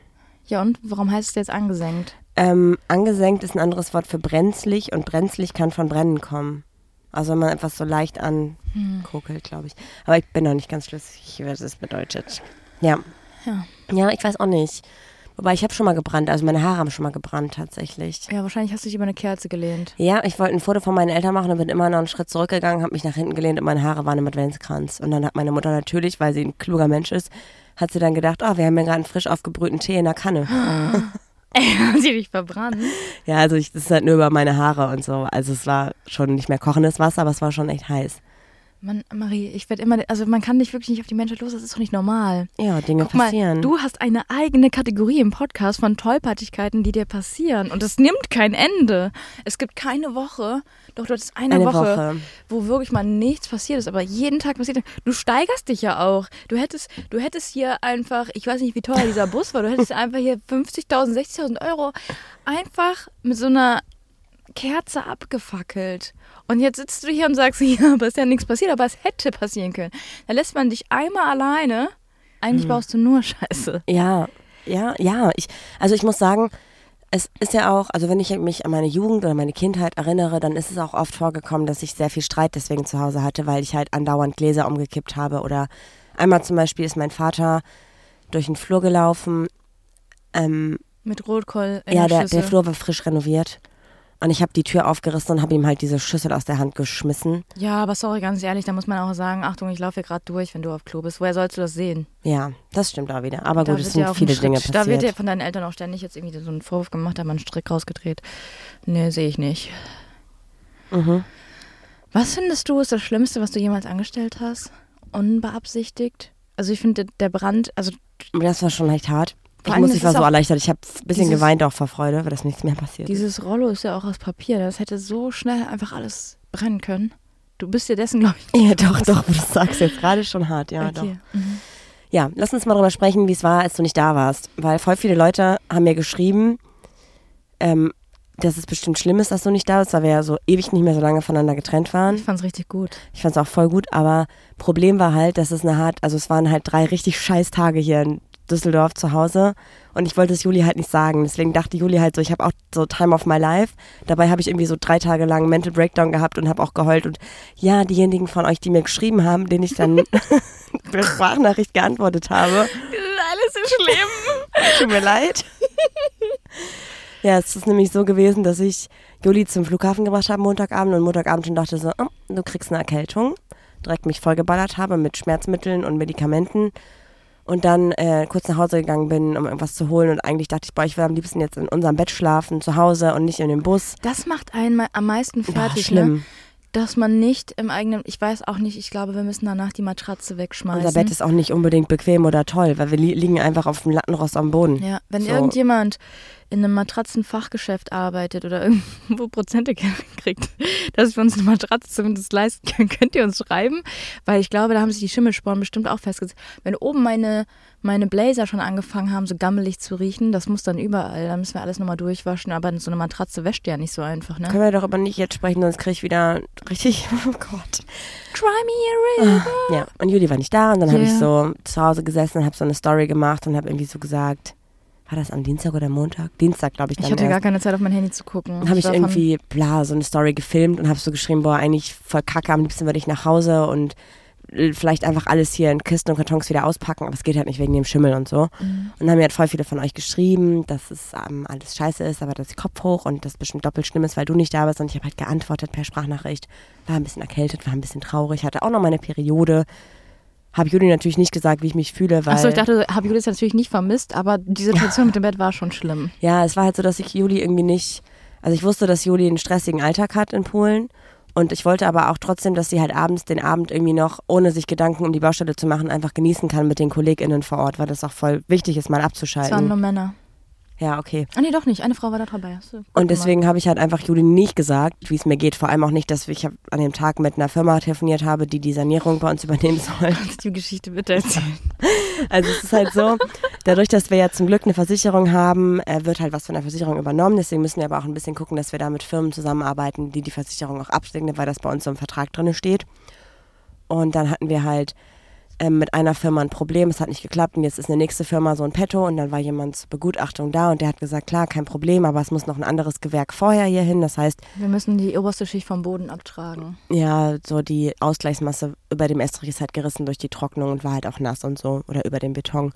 S1: Ja, und warum heißt es jetzt angesenkt?
S2: Ähm, angesenkt ist ein anderes Wort für brenzlig und brenzlig kann von brennen kommen. Also wenn man etwas so leicht ankokelt, glaube ich. Aber ich bin noch nicht ganz schlüssig, was es bedeutet. Ja.
S1: Ja.
S2: Ja, ich weiß auch nicht. Wobei ich habe schon mal gebrannt, also meine Haare haben schon mal gebrannt tatsächlich.
S1: Ja, wahrscheinlich hast du dich über eine Kerze gelehnt.
S2: Ja, ich wollte ein Foto von meinen Eltern machen und bin immer noch einen Schritt zurückgegangen, habe mich nach hinten gelehnt und meine Haare waren im Adventskranz. Und dann hat meine Mutter natürlich, weil sie ein kluger Mensch ist, hat sie dann gedacht, ah, wir haben ja gerade einen frisch aufgebrühten Tee in der Kanne.
S1: Ey, haben sie dich verbrannt?
S2: Ja, also ich, das ist halt nur über meine Haare und so. Also es war schon nicht mehr kochendes Wasser, aber es war schon echt heiß.
S1: Mann, Marie, ich werde immer, also man kann dich wirklich nicht auf die Menschheit los, das ist doch nicht normal.
S2: Ja, Dinge
S1: Guck
S2: passieren.
S1: mal, du hast eine eigene Kategorie im Podcast von Tollpartigkeiten, die dir passieren. Und es nimmt kein Ende. Es gibt keine Woche, doch du hattest eine,
S2: Eine
S1: Woche,
S2: Woche.
S1: wo wirklich mal nichts passiert ist. Aber jeden Tag passiert. Du steigerst dich ja auch. Du hättest, du hättest hier einfach, ich weiß nicht, wie teuer dieser Bus war, du hättest einfach hier 50.000, 60.000 Euro einfach mit so einer Kerze abgefackelt. Und jetzt sitzt du hier und sagst, ja, aber ist ja nichts passiert, aber es hätte passieren können. Da lässt man dich einmal alleine.
S2: Hm.
S1: Eigentlich baust du nur Scheiße.
S2: ja, ja, ja. Ich, also ich muss sagen, es ist ja auch, also wenn ich mich an meine Jugend oder meine Kindheit erinnere, dann ist es auch oft vorgekommen, dass ich sehr viel Streit deswegen zu Hause hatte, weil ich halt andauernd Gläser umgekippt habe. Oder einmal zum Beispiel ist mein Vater durch den Flur gelaufen. Ähm,
S1: Mit Rotkohl in
S2: ja,
S1: der
S2: der,
S1: Schüssel.
S2: der Flur war frisch renoviert. Und ich habe die Tür aufgerissen und habe ihm halt diese Schüssel aus der Hand geschmissen.
S1: Ja, aber sorry, ganz ehrlich, da muss man auch sagen, Achtung, ich laufe hier gerade durch, wenn du auf Klo bist. Woher sollst du das sehen?
S2: Ja, Oh, das stimmt auch wieder. Aber
S1: Da
S2: gut,
S1: wird
S2: es
S1: dir
S2: sind
S1: auch ein
S2: viele
S1: Schritt-
S2: Dinge passiert.
S1: Da wird dir von deinen Eltern auch ständig jetzt irgendwie so einen Vorwurf gemacht, da hat man einen Strick rausgedreht. Nee, sehe ich nicht.
S2: Mhm.
S1: Was findest du ist das Schlimmste, was du jemals angestellt hast? Unbeabsichtigt? Also ich finde, der Brand, also
S2: Aber das war schon echt hart.
S1: Vor
S2: Ich
S1: allem,
S2: muss,
S1: es
S2: ich war
S1: ist
S2: so
S1: auch
S2: erleichtert. Ich habe ein bisschen
S1: dieses-
S2: geweint auch vor Freude, weil das nichts mehr passiert ist.
S1: Dieses Rollo ist ja auch aus Papier. Das hätte so schnell einfach alles brennen können. Du bist dir dessen, glaube ich.
S2: Ja, doch, doch. Du sagst jetzt gerade schon hart. Ja,
S1: okay.
S2: doch. Ja, lass uns mal drüber sprechen, wie es war, als du nicht da warst. Weil voll viele Leute haben mir geschrieben, ähm, dass es bestimmt schlimm ist, dass du nicht da bist, weil wir ja so ewig nicht mehr so lange voneinander getrennt waren.
S1: Ich fand es richtig gut.
S2: Ich fand es auch voll gut, aber Problem war halt, dass es eine hart, also es waren halt drei richtig scheiß Tage hier in Düsseldorf zu Hause und ich wollte es Juli halt nicht sagen. Deswegen dachte Juli halt so, ich habe auch so Time of my life. Dabei habe ich irgendwie so drei Tage lang Mental Breakdown gehabt und habe auch geheult. Und ja, diejenigen von euch, die mir geschrieben haben, denen ich dann per Sprachnachricht geantwortet habe,
S1: Alles ist schlimm.
S2: tut mir leid. Ja, es ist nämlich so gewesen, dass "Ah, ich Juli zum Flughafen gebracht habe Montagabend und Montagabend schon dachte so, oh, du kriegst eine Erkältung. direkt mich vollgeballert habe mit Schmerzmitteln und Medikamenten und dann äh, kurz nach Hause gegangen bin, um irgendwas zu holen und eigentlich dachte ich, boah, ich will am liebsten jetzt in unserem Bett schlafen, zu Hause und nicht in dem Bus.
S1: Das macht einen mal am meisten
S2: Boah,
S1: fertig,
S2: schlimm.
S1: ne? dass man nicht im eigenen, ich weiß auch nicht, ich glaube, wir müssen danach die Matratze wegschmeißen.
S2: Unser Bett ist auch nicht unbedingt bequem oder toll, weil wir li liegen einfach auf dem Lattenrost am Boden.
S1: ja, wenn
S2: so.
S1: irgendjemand in einem Matratzenfachgeschäft arbeitet oder irgendwo Prozente kriegt, dass wir uns eine Matratze zumindest leisten können, könnt ihr uns schreiben, weil ich glaube, da haben sich die Schimmelsporen bestimmt auch festgesetzt. Wenn oben meine, meine Blazer schon angefangen haben, so gammelig zu riechen, das muss dann überall, da müssen wir alles nochmal durchwaschen, aber so eine Matratze wäscht ja nicht so einfach, ne?
S2: Können wir darüber nicht jetzt sprechen, sonst kriege ich wieder richtig, oh Gott.
S1: Try me a river.
S2: Ja, und Juli war nicht da und dann habe ich
S1: Ja.
S2: so zu Hause gesessen und habe so eine Story gemacht und habe irgendwie so gesagt, war das am Dienstag oder Montag? Dienstag, glaube ich, dann
S1: Ich hatte
S2: erst.
S1: gar keine Zeit, auf mein Handy zu gucken.
S2: Dann habe ich
S1: war von-
S2: irgendwie bla so eine Story gefilmt und habe so geschrieben, boah, eigentlich voll kacke, am liebsten würde ich nach Hause und äh, vielleicht einfach alles hier in Kisten und Kartons wieder auspacken, aber es geht halt nicht wegen dem Schimmel und so.
S1: Mhm.
S2: Und dann haben mir halt voll viele von euch geschrieben, dass es ähm, alles scheiße ist, aber dass Kopf hoch und das bestimmt doppelt schlimm ist, weil du nicht da bist und ich habe halt geantwortet per Sprachnachricht, war ein bisschen erkältet, war ein bisschen traurig, hatte auch noch meine Periode. Habe Juli natürlich nicht gesagt, wie ich mich fühle, weil
S1: Achso, ich dachte, habe Julis natürlich nicht vermisst, aber die Situation mit dem Bett war schon schlimm.
S2: Ja, es war halt so, dass ich Juli irgendwie nicht. Also ich wusste, dass Juli einen stressigen Alltag hat in Polen. Und ich wollte aber auch trotzdem, dass sie halt abends den Abend irgendwie noch, ohne sich Gedanken um die Baustelle zu machen, einfach genießen kann mit den KollegInnen vor Ort, weil das auch voll wichtig ist, mal
S1: Es waren nur
S2: abzuschalten.
S1: Männer.
S2: Ja, okay.
S1: Ah, nee, doch nicht. Eine Frau war da dabei. Hast du- guck mal.
S2: Und deswegen habe ich halt einfach Juli nicht gesagt, wie es mir geht. Vor allem auch nicht, dass ich hab an dem Tag mit einer Firma telefoniert habe, die die Sanierung bei uns übernehmen soll.
S1: Kannst du die Geschichte bitte erzählen?
S2: Also es ist halt so, dadurch, dass wir ja zum Glück eine Versicherung haben, äh, wird halt was von der Versicherung übernommen. Deswegen müssen wir aber auch ein bisschen gucken, dass wir da mit Firmen zusammenarbeiten, die die Versicherung auch absegnen, weil das bei uns so im Vertrag drin steht. Und dann hatten wir halt ähm, mit einer Firma ein Problem, es hat nicht geklappt und jetzt ist eine nächste Firma so ein Petto und dann war jemand zur Begutachtung da und der hat gesagt, klar, kein Problem, aber es muss noch ein anderes Gewerk vorher hier hin. Das heißt,
S1: Wir müssen die oberste Schicht vom Boden abtragen.
S2: ja, so die Ausgleichsmasse über dem Estrich ist halt gerissen durch die Trocknung und war halt auch nass und so oder über dem Beton.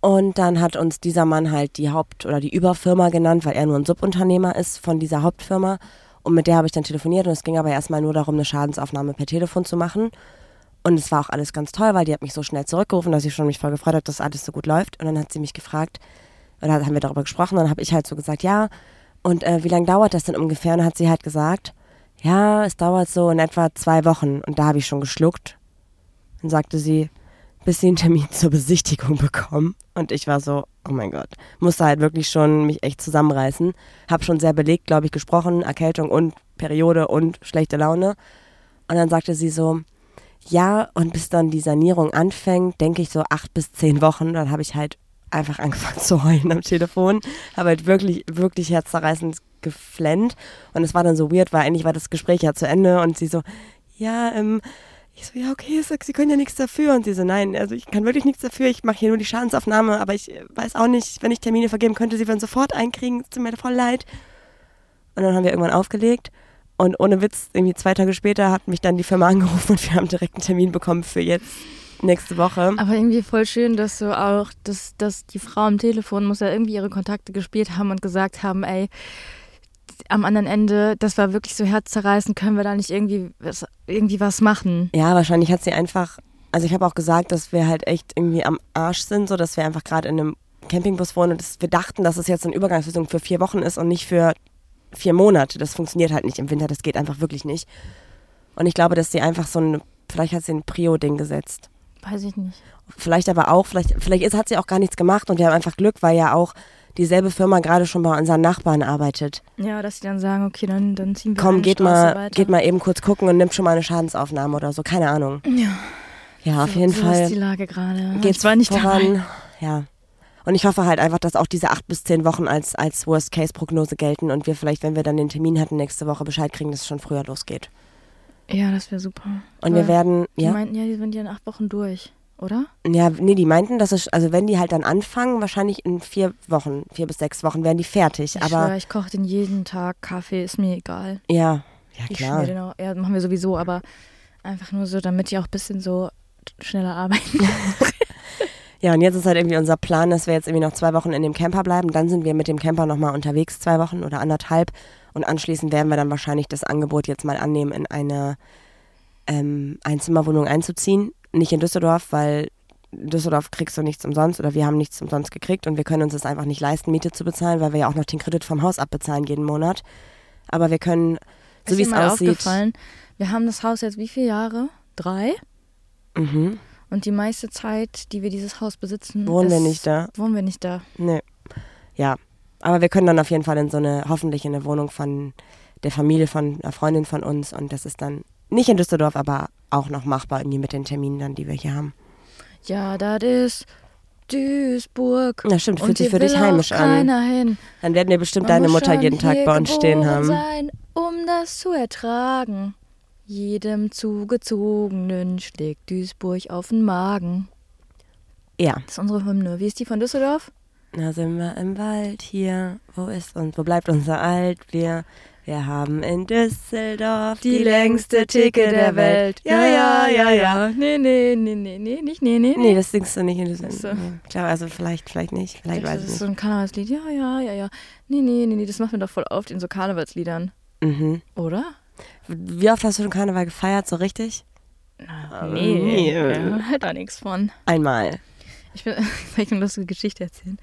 S2: Und dann hat uns dieser Mann halt die Haupt- oder die Überfirma genannt, weil er nur ein Subunternehmer ist von dieser Hauptfirma. Und mit der habe ich dann telefoniert und es ging aber erstmal nur darum, eine Schadensaufnahme per Telefon zu machen. Und es war auch alles ganz toll, weil die hat mich so schnell zurückgerufen, dass ich schon mich voll gefreut habe, dass alles so gut läuft. Und dann hat sie mich gefragt, oder haben wir darüber gesprochen, dann habe ich halt so gesagt, ja, und äh, wie lange dauert das denn ungefähr? Und dann hat sie halt gesagt, ja, es dauert so in etwa zwei Wochen. Und da habe ich schon geschluckt. Dann sagte sie, bis sie einen Termin zur Besichtigung bekommen. Und ich war so, oh mein Gott, musste halt wirklich schon mich echt zusammenreißen. Hab schon sehr belegt, glaube ich, gesprochen, Erkältung und Periode und schlechte Laune. Und dann sagte sie so, ja, und bis dann die Sanierung anfängt, denke ich so acht bis zehn Wochen. Dann habe ich halt einfach angefangen zu heulen am Telefon. Habe halt wirklich, wirklich herzzerreißend geflennt. Und es war dann so weird, weil eigentlich war das Gespräch ja zu Ende und sie so, ja, ähm, ich so, ja, okay, ich sag, Sie können ja nichts dafür. Und sie so, nein, also ich kann wirklich nichts dafür. Ich mache hier nur die Schadensaufnahme, aber ich äh, weiß auch nicht, wenn ich Termine vergeben könnte, Sie würden sofort einkriegen. Es tut mir voll leid. Und dann haben wir irgendwann aufgelegt. Und ohne Witz, irgendwie zwei Tage später hat mich dann die Firma angerufen und wir haben direkt einen Termin bekommen für jetzt nächste Woche.
S1: Aber irgendwie voll schön, dass so auch, dass, dass die Frau am Telefon muss ja irgendwie ihre Kontakte gespielt haben und gesagt haben, ey, am anderen Ende, das war wirklich so herzzerreißend, können wir da nicht irgendwie was, irgendwie was machen?
S2: Ja, wahrscheinlich hat sie einfach, also ich habe auch gesagt, dass wir halt echt irgendwie am Arsch sind, so dass wir einfach gerade in einem Campingbus wohnen und dass wir dachten, dass es jetzt eine Übergangslösung für vier Wochen ist und nicht für vier Monate. Das funktioniert halt nicht im Winter, das geht einfach wirklich nicht. Und ich glaube, dass sie einfach so ein, vielleicht hat sie ein Prio-Ding gesetzt.
S1: Weiß ich nicht.
S2: Vielleicht aber auch, vielleicht, vielleicht ist, hat sie auch gar nichts gemacht und wir haben einfach Glück, weil ja auch dieselbe Firma gerade schon bei unseren Nachbarn arbeitet.
S1: Ja, dass sie dann sagen, okay, dann, dann ziehen wir
S2: Komm,
S1: eine
S2: geht
S1: Straße
S2: mal,
S1: weiter.
S2: geht mal eben kurz gucken und nimmt schon mal eine Schadensaufnahme oder so, keine Ahnung.
S1: Ja.
S2: Ja, auf jeden
S1: so
S2: Fall.
S1: ist die Lage gerade.
S2: geht's
S1: Ich war nicht dabei.
S2: voran. Ja. Und ich hoffe halt einfach, dass auch diese acht bis zehn Wochen als, als Worst-Case-Prognose gelten und wir vielleicht, wenn wir dann den Termin hatten, nächste Woche Bescheid kriegen, dass es schon früher losgeht.
S1: Ja, das wäre super.
S2: Und
S1: Toll.
S2: wir werden,
S1: Die
S2: ja,
S1: meinten ja, die sind ja in acht Wochen durch, oder?
S2: ja, nee, die meinten, dass es, also wenn die halt dann anfangen, wahrscheinlich in vier Wochen, vier bis sechs Wochen werden die fertig.
S1: Ich
S2: aber
S1: schwör, ich koche den jeden Tag Kaffee, ist mir egal.
S2: ja, ja
S1: Ich
S2: klar.
S1: schmier den auch. Ja, machen wir sowieso, aber einfach nur so, damit die auch ein bisschen so schneller arbeiten.
S2: Ja, und jetzt ist halt irgendwie unser Plan, dass wir jetzt irgendwie noch zwei Wochen in dem Camper bleiben. Dann sind wir mit dem Camper nochmal unterwegs, zwei Wochen oder anderthalb. Und anschließend werden wir dann wahrscheinlich das Angebot jetzt mal annehmen, in eine ähm, Einzimmerwohnung einzuziehen. Nicht in Düsseldorf, weil in Düsseldorf kriegst du nichts umsonst oder wir haben nichts umsonst gekriegt und wir können uns das einfach nicht leisten, Miete zu bezahlen, weil wir ja auch noch den Kredit vom Haus abbezahlen jeden Monat. Aber wir können, so
S1: Ist
S2: wie
S1: dir
S2: es
S1: mal
S2: aussieht.
S1: aufgefallen, wir haben das Haus jetzt wie viele Jahre? Drei?
S2: Mhm.
S1: Und die meiste Zeit, die wir dieses Haus besitzen,
S2: Wohnen wir
S1: ist-
S2: nicht da.
S1: Wohnen wir nicht da.
S2: Nee. Ja. Aber wir können dann auf jeden Fall in so eine, hoffentlich in eine Wohnung von der Familie von einer Freundin von uns und das ist dann nicht in Düsseldorf, aber auch noch machbar irgendwie mit den Terminen dann, die wir hier haben.
S1: Ja, das ist Duisburg.
S2: Na stimmt, fühlt
S1: Und
S2: sich
S1: hier
S2: für dich
S1: will
S2: heimisch
S1: auch
S2: an.
S1: keiner Hin.
S2: Dann werden wir bestimmt
S1: Man
S2: deine
S1: muss
S2: Mutter
S1: schon
S2: jeden Tag
S1: hier
S2: bei uns stehen
S1: geboren
S2: haben.
S1: Sein, um das zu ertragen. Jedem zugezogenen schlägt Duisburg auf den Magen.
S2: Ja.
S1: Das ist unsere Hymne. Wie ist die von Düsseldorf?
S2: Na sind wir im Wald hier, wo ist und wo bleibt unser Alt? Wir, wir haben in Düsseldorf die, längste Theke der Welt.
S1: Ja, ja, ja, ja. Nee, nee, nee, nee, nee, nicht nee, nee.
S2: Nee, das singst du nicht in Düsseldorf.
S1: Ach so.
S2: Nee, Klar, also vielleicht, vielleicht nicht, vielleicht
S1: das
S2: weiß ich
S1: ist
S2: nicht.
S1: so ein Karnevalslied. Ja, ja, ja, ja. Nee, nee, nee, nee. Das macht man doch voll oft in so Karnevalsliedern.
S2: Mhm.
S1: Oder?
S2: Wie oft hast du schon Karneval gefeiert, so richtig?
S1: Nee.
S2: Ah, nee.
S1: Ja, Hat da nichts von.
S2: Einmal.
S1: Ich will vielleicht eine lustige Geschichte erzählen.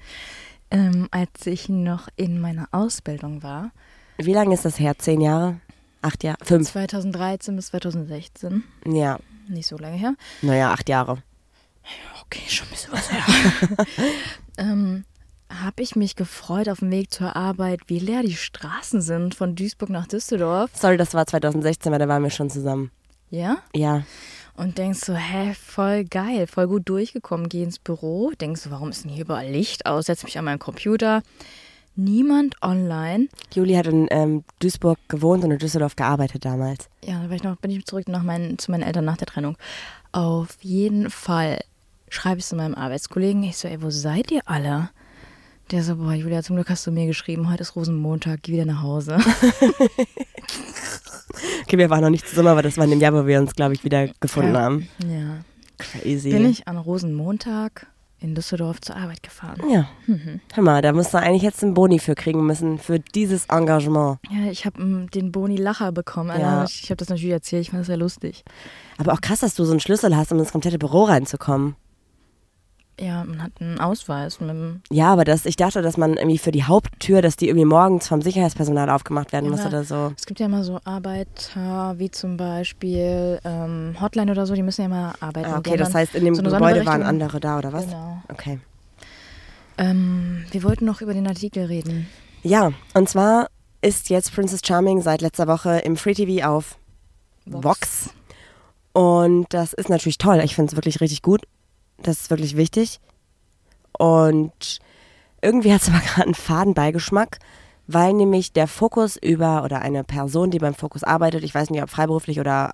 S1: Ähm, als ich noch in meiner Ausbildung war,
S2: Wie lange ist das her? Zehn Jahre? Acht Jahre? Fünf?
S1: 2013 bis 2016,
S2: Ja.
S1: nicht so lange her.
S2: Naja, acht Jahre.
S1: Okay, schon ein bisschen was her. ähm, habe ich mich gefreut auf dem Weg zur Arbeit, wie leer die Straßen sind von Duisburg nach Düsseldorf.
S2: Sorry, das war 2016, weil da waren wir schon zusammen.
S1: Ja?
S2: Ja.
S1: Und denkst so, hä, voll geil, voll gut durchgekommen, geh ins Büro, denkst so, warum ist denn hier überall Licht aus, setz mich an meinen Computer. Niemand online.
S2: Juli hat in ähm, Duisburg gewohnt und in Düsseldorf gearbeitet damals.
S1: Ja, da war ich noch, bin ich zurück nach meinen, zu meinen Eltern nach der Trennung. Auf jeden Fall schreibe ich zu meinem Arbeitskollegen. Ich so, ey, wo seid ihr alle? Der so, boah, Julia, zum Glück hast du mir geschrieben, heute ist Rosenmontag, geh wieder nach Hause.
S2: Okay, wir waren noch nicht zusammen, aber das war in dem Jahr, wo wir uns, glaube ich, wieder gefunden
S1: Ja.
S2: haben.
S1: ja.
S2: Crazy.
S1: Bin ich an Rosenmontag in Düsseldorf zur Arbeit gefahren.
S2: Ja.
S1: Mhm.
S2: Hör mal, da musst du eigentlich jetzt einen Boni für kriegen müssen, für dieses Engagement.
S1: Ja, ich habe den Boni Lacher bekommen. Alter.
S2: Ja.
S1: Ich, ich habe das natürlich erzählt, ich fand das sehr lustig.
S2: Aber auch krass, dass du so einen Schlüssel hast, um ins komplette Büro reinzukommen.
S1: Ja, man hat einen Ausweis mit dem
S2: Ja, aber das, ich dachte, dass man irgendwie für die Haupttür, dass die irgendwie morgens vom Sicherheitspersonal aufgemacht werden
S1: Ja, Halt
S2: muss
S1: aber
S2: oder so.
S1: Es gibt ja immer so Arbeiter, wie zum Beispiel ähm, Hotline oder so, die müssen ja immer arbeiten.
S2: Ah,
S1: Die
S2: okay,
S1: haben
S2: das
S1: dann
S2: heißt, in dem
S1: so eine
S2: Gebäude waren
S1: Sonderberechtigung.
S2: andere da oder was?
S1: Genau.
S2: Okay.
S1: Ähm, wir wollten noch über den Artikel reden.
S2: Ja, und zwar ist jetzt Princess Charming seit letzter Woche im Free TV auf
S1: Vox.
S2: Vox. Und das ist natürlich toll. Ich finde es wirklich richtig gut. Das ist wirklich wichtig. Und irgendwie hat es aber gerade einen faden Beigeschmack, weil nämlich der Fokus über oder eine Person, die beim Fokus arbeitet, ich weiß nicht, ob freiberuflich oder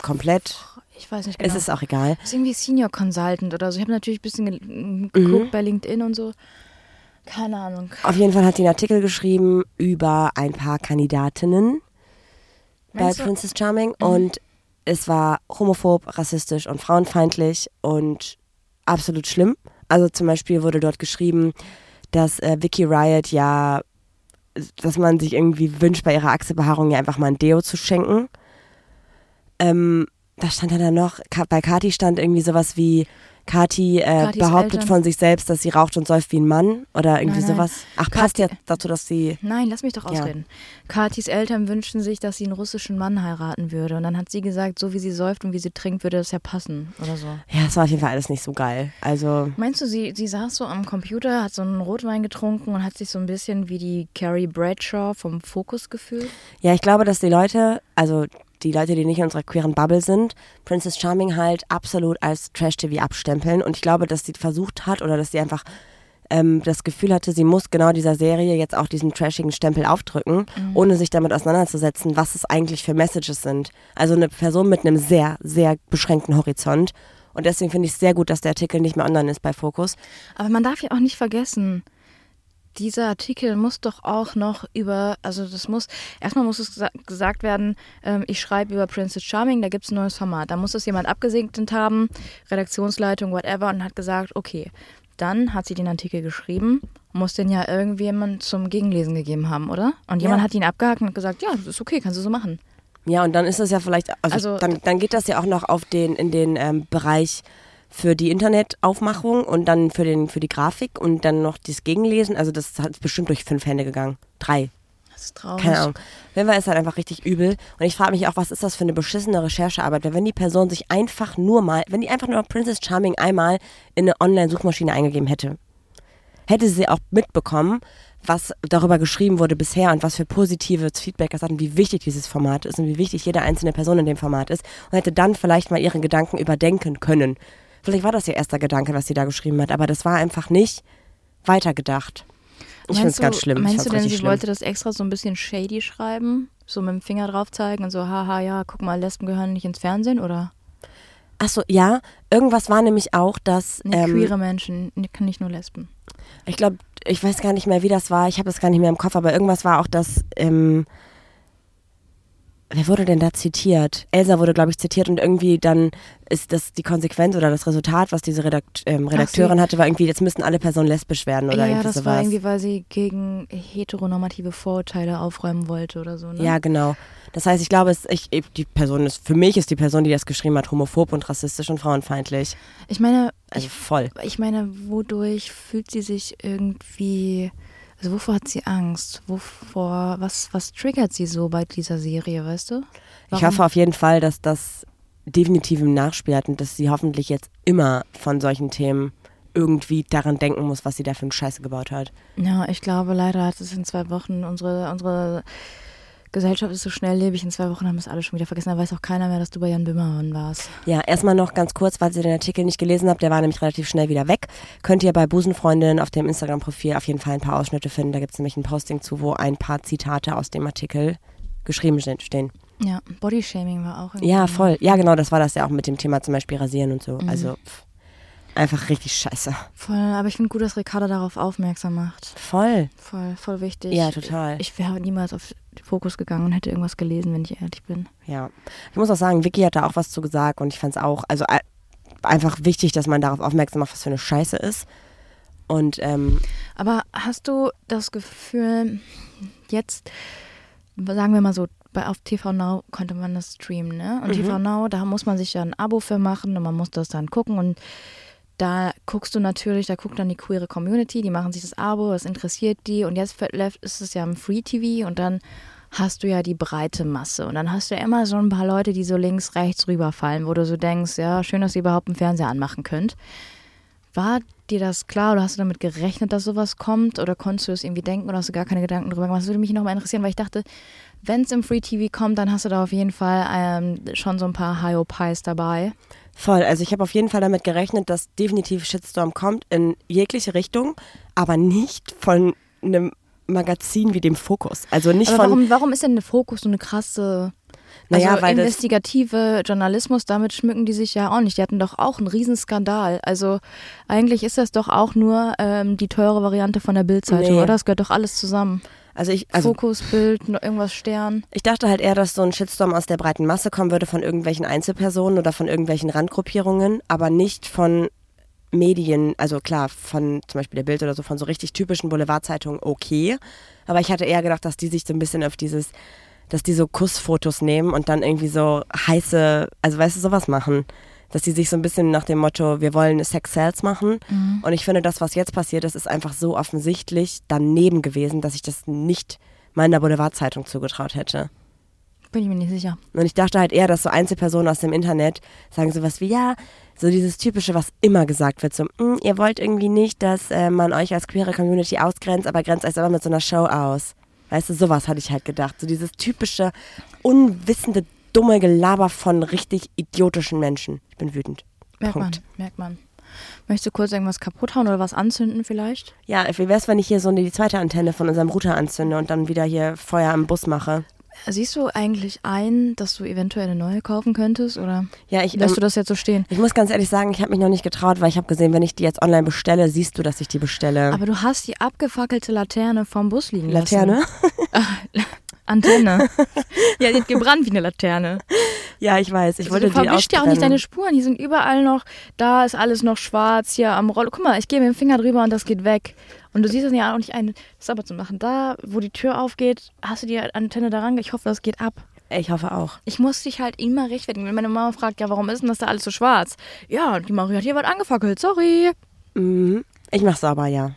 S2: komplett,
S1: Ich weiß nicht
S2: es
S1: genau.
S2: ist auch egal.
S1: Das ist irgendwie Senior Consultant oder so. Ich habe natürlich ein bisschen ge-
S2: Mhm.
S1: geguckt bei LinkedIn und so. Keine Ahnung.
S2: Auf jeden Fall hat die einen Artikel geschrieben über ein paar Kandidatinnen bei
S1: Meinst du- Mhm.
S2: Princess Charming und es war homophob, rassistisch und frauenfeindlich und absolut schlimm. Also zum Beispiel wurde dort geschrieben, dass äh, Vicky Riot ja, dass man sich irgendwie wünscht, bei ihrer Achselbehaarung ja einfach mal ein Deo zu schenken. Ähm, da stand dann noch, Ka- bei Kati stand irgendwie sowas wie, Kati äh,
S1: Katis
S2: behauptet
S1: Eltern.
S2: von sich selbst, dass sie raucht und säuft wie ein Mann oder irgendwie
S1: Nein, nein.
S2: sowas. Ach, passt ja dazu, dass sie.
S1: Nein, lass mich doch
S2: Ja.
S1: ausreden. Katis Eltern wünschten sich, dass sie einen russischen Mann heiraten würde. Und dann hat sie gesagt, so wie sie säuft und wie sie trinkt, würde das ja passen oder so.
S2: Ja, es war auf jeden Fall alles nicht so geil. Also,
S1: Meinst du, sie, sie saß so am Computer, hat so einen Rotwein getrunken und hat sich so ein bisschen wie die Carrie Bradshaw vom Fokus gefühlt?
S2: ja, ich glaube, dass die Leute, also die Leute, die nicht in unserer queeren Bubble sind, Princess Charming halt absolut als Trash-TV abstempeln. Und ich glaube, dass sie versucht hat oder dass sie einfach ähm, das Gefühl hatte, sie muss genau dieser Serie jetzt auch diesen trashigen Stempel aufdrücken, ohne sich damit auseinanderzusetzen, was es eigentlich für Messages sind. Also eine Person mit einem sehr, sehr beschränkten Horizont. Und deswegen finde ich es sehr gut, dass der Artikel nicht mehr online ist bei Focus.
S1: Aber man darf ja auch nicht vergessen, dieser Artikel muss doch auch noch über, also das muss, erstmal muss es gesa- gesagt werden, ähm, ich schreibe über Princess Charming, da gibt es ein neues Format. Da muss es jemand abgesegnet haben, Redaktionsleitung, whatever, und hat gesagt, okay. Dann hat sie den Artikel geschrieben, muss den ja irgendjemand zum Gegenlesen gegeben haben, oder? Und jemand
S2: Ja.
S1: hat ihn abgehakt und hat gesagt, ja, das ist okay, kannst du so machen.
S2: Ja, und dann ist das ja vielleicht, also,
S1: Also-
S2: dann, dann geht das ja auch noch auf den, in den ähm, Bereich für die Internetaufmachung und dann für, den, für die Grafik und dann noch das Gegenlesen. Also das hat bestimmt durch fünf Hände gegangen. Drei,
S1: Das ist traurig.
S2: keine Ahnung. Wenn wir es halt einfach richtig übel. Und ich frage mich auch, was ist das für eine beschissene Recherchearbeit? Weil wenn die Person sich einfach nur mal, wenn die einfach nur Princess Charming einmal in eine Online-Suchmaschine eingegeben hätte, hätte sie auch mitbekommen, was darüber geschrieben wurde bisher und was für positives Feedback das hat und wie wichtig dieses Format ist und wie wichtig jede einzelne Person in dem Format ist und hätte dann vielleicht mal ihre Gedanken überdenken können. Vielleicht war das ihr erster Gedanke, was sie da geschrieben hat, aber das war einfach nicht weitergedacht. Ich finde
S1: Meinst
S2: es ganz
S1: du-
S2: schlimm. Ich
S1: Meinst
S2: fand's
S1: du denn,
S2: richtig
S1: sie
S2: schlimm.
S1: wollte das extra so ein bisschen shady schreiben? So mit dem Finger drauf zeigen und so, haha, ja, guck mal, Lesben gehören nicht ins Fernsehen oder?
S2: Achso, ja, irgendwas war nämlich auch, dass
S1: Nee,
S2: ähm,
S1: queere Menschen, nee, kann nicht nur Lesben.
S2: ich glaube, ich weiß gar nicht mehr, wie das war. Ich habe das gar nicht mehr im Kopf, aber irgendwas war auch, dass ähm, wer wurde denn da zitiert? Elsa wurde, glaube ich, zitiert und irgendwie dann ist das die Konsequenz oder das Resultat, was diese Redakt ähm, Redakteurin hatte, war irgendwie, jetzt müssen alle Personen lesbisch werden oder
S1: ja,
S2: irgendwie
S1: das
S2: sowas.
S1: war irgendwie, weil sie gegen heteronormative Vorurteile aufräumen wollte oder so, ne?
S2: Ja, genau. Das heißt, ich glaube, es, ich, ich- die Person ist, für mich ist die Person, die das geschrieben hat, homophob und rassistisch und frauenfeindlich.
S1: Ich meine,
S2: Also voll.
S1: ich meine, wodurch fühlt sie sich irgendwie, also wovor hat sie Angst? Wovor, was, was triggert sie so bei dieser Serie, weißt du?
S2: Ich hoffe auf jeden Fall, dass das definitiv im Nachspiel hat und dass sie hoffentlich jetzt immer von solchen Themen irgendwie daran denken muss, was sie da für einen Scheiße gebaut hat.
S1: Ja, ich glaube, leider hat es in zwei Wochen, unsere, unsere Gesellschaft ist so schnelllebig, in zwei Wochen haben es alle schon wieder vergessen. Da weiß auch keiner mehr, dass du bei Jan Böhmermann warst.
S2: Ja, erstmal noch ganz kurz, falls ihr den Artikel nicht gelesen habt, der war nämlich relativ schnell wieder weg. Könnt ihr bei Busenfreundin auf dem Instagram-Profil auf jeden Fall ein paar Ausschnitte finden. Da gibt es nämlich ein Posting zu, wo ein paar Zitate aus dem Artikel geschrieben sind- stehen.
S1: Ja, Bodyshaming war auch. irgendwie-
S2: Ja, voll. Ja, genau, das war das ja auch mit dem Thema zum Beispiel Rasieren und so. Also pff, einfach richtig scheiße.
S1: Voll, aber ich finde gut, dass Ricarda darauf aufmerksam macht.
S2: Voll.
S1: Voll, voll wichtig.
S2: Ja, total.
S1: Ich wäre niemals auf den Fokus gegangen und hätte irgendwas gelesen, wenn ich ehrlich bin.
S2: Ja, ich muss auch sagen, Vicky hat da auch was zu gesagt und ich fand es auch, also äh, einfach wichtig, dass man darauf aufmerksam macht, was für eine Scheiße ist. Und ähm,
S1: Aber hast du das Gefühl, jetzt, sagen wir mal so, bei, auf TV Now konnte man das streamen, ne? Und TV Now, da muss man sich ja ein Abo für machen und man muss das dann gucken und da guckst du natürlich, da guckt dann die queere Community, die machen sich das Abo, das interessiert die und jetzt ver- läuft- ist es ja im Free TV und dann hast du ja die breite Masse und dann hast du ja immer so ein paar Leute, die so links, rechts rüberfallen, wo du so denkst, ja, schön, dass ihr überhaupt einen Fernseher anmachen könnt. War dir das klar oder hast du damit gerechnet, dass sowas kommt? Oder konntest du es irgendwie denken oder hast du gar keine Gedanken drüber gemacht? Das würde mich nochmal interessieren, weil ich dachte, wenn es im Free TV kommt, dann hast du da auf jeden Fall ähm, schon so ein paar High Pies dabei.
S2: voll, also ich habe auf jeden Fall damit gerechnet, dass definitiv Shitstorm kommt in jegliche Richtung, aber nicht von einem Magazin wie dem Fokus. Also nicht
S1: Aber
S2: von,
S1: warum, warum ist denn der Fokus so eine krasse.
S2: Naja,
S1: also
S2: weil das-
S1: investigative Journalismus, damit schmücken die sich ja auch nicht. Die hatten doch auch einen Riesenskandal. Also eigentlich ist das doch auch nur ähm, die teure Variante von der Bildzeitung,
S2: Nee.
S1: oder? Das gehört doch alles zusammen.
S2: also ich, also
S1: Fokus, Bild, noch irgendwas Stern.
S2: Ich dachte halt eher, dass so ein Shitstorm aus der breiten Masse kommen würde von irgendwelchen Einzelpersonen oder von irgendwelchen Randgruppierungen, aber nicht von Medien, also klar, von zum Beispiel der Bild oder so, von so richtig typischen Boulevardzeitungen okay. Aber ich hatte eher gedacht, dass die sich so ein bisschen auf dieses, dass die so Kussfotos nehmen und dann irgendwie so heiße, also weißt du, sowas machen. Dass die sich so ein bisschen nach dem Motto, wir wollen Sex Sales machen. Und ich finde, das, was jetzt passiert ist, ist einfach so offensichtlich daneben gewesen, dass ich das nicht meiner Boulevardzeitung zugetraut hätte.
S1: Bin ich mir nicht sicher.
S2: Und ich dachte halt eher, dass so Einzelpersonen aus dem Internet sagen sowas wie, ja, so dieses typische, was immer gesagt wird, so, "Mm, ihr wollt irgendwie nicht, dass äh, man euch als queere Community ausgrenzt, aber grenzt euch selber mit so einer Show aus. Weißt du, sowas hatte ich halt gedacht. So dieses typische, unwissende, dumme Gelaber von richtig idiotischen Menschen. Ich bin wütend.
S1: Merkt
S2: Punkt.
S1: man, merkt man. Möchtest du kurz irgendwas kaputt hauen oder was anzünden vielleicht?
S2: Ja, wie wär's, wenn ich hier so eine- die zweite Antenne von unserem Router anzünde und dann wieder hier Feuer am Bus mache?
S1: Siehst du eigentlich ein, dass du eventuell eine neue kaufen könntest oder
S2: Ja, ich,
S1: lässt
S2: ähm,
S1: du das jetzt so stehen?
S2: ich muss ganz ehrlich sagen, ich habe mich noch nicht getraut, weil ich habe gesehen, wenn ich die jetzt online bestelle, siehst du, dass ich die bestelle.
S1: Aber du hast die abgefackelte Laterne vom Bus liegen
S2: Laterne?
S1: lassen. Antenne. ja, die hat gebrannt wie eine Laterne.
S2: Ja, ich weiß. Ich
S1: Also
S2: wollte
S1: du verwischst
S2: die
S1: ja auch nicht
S2: ausbrennen.
S1: deine Spuren. Hier sind überall noch, da ist alles noch schwarz, hier am Roll. Guck mal, ich gehe mit dem Finger drüber und das geht weg. Und du siehst es ja auch nicht ein. Das ist aber zu machen. Da, wo die Tür aufgeht, hast du die Antenne da range. Ich hoffe, das geht ab.
S2: Ich hoffe auch.
S1: Ich muss dich halt immer rechtfertigen. Wenn meine Mama fragt, ja, warum ist denn das da alles so schwarz? Ja, die Marie hat hier was angefackelt, sorry.
S2: Mhm. Ich mach's sauber, ja.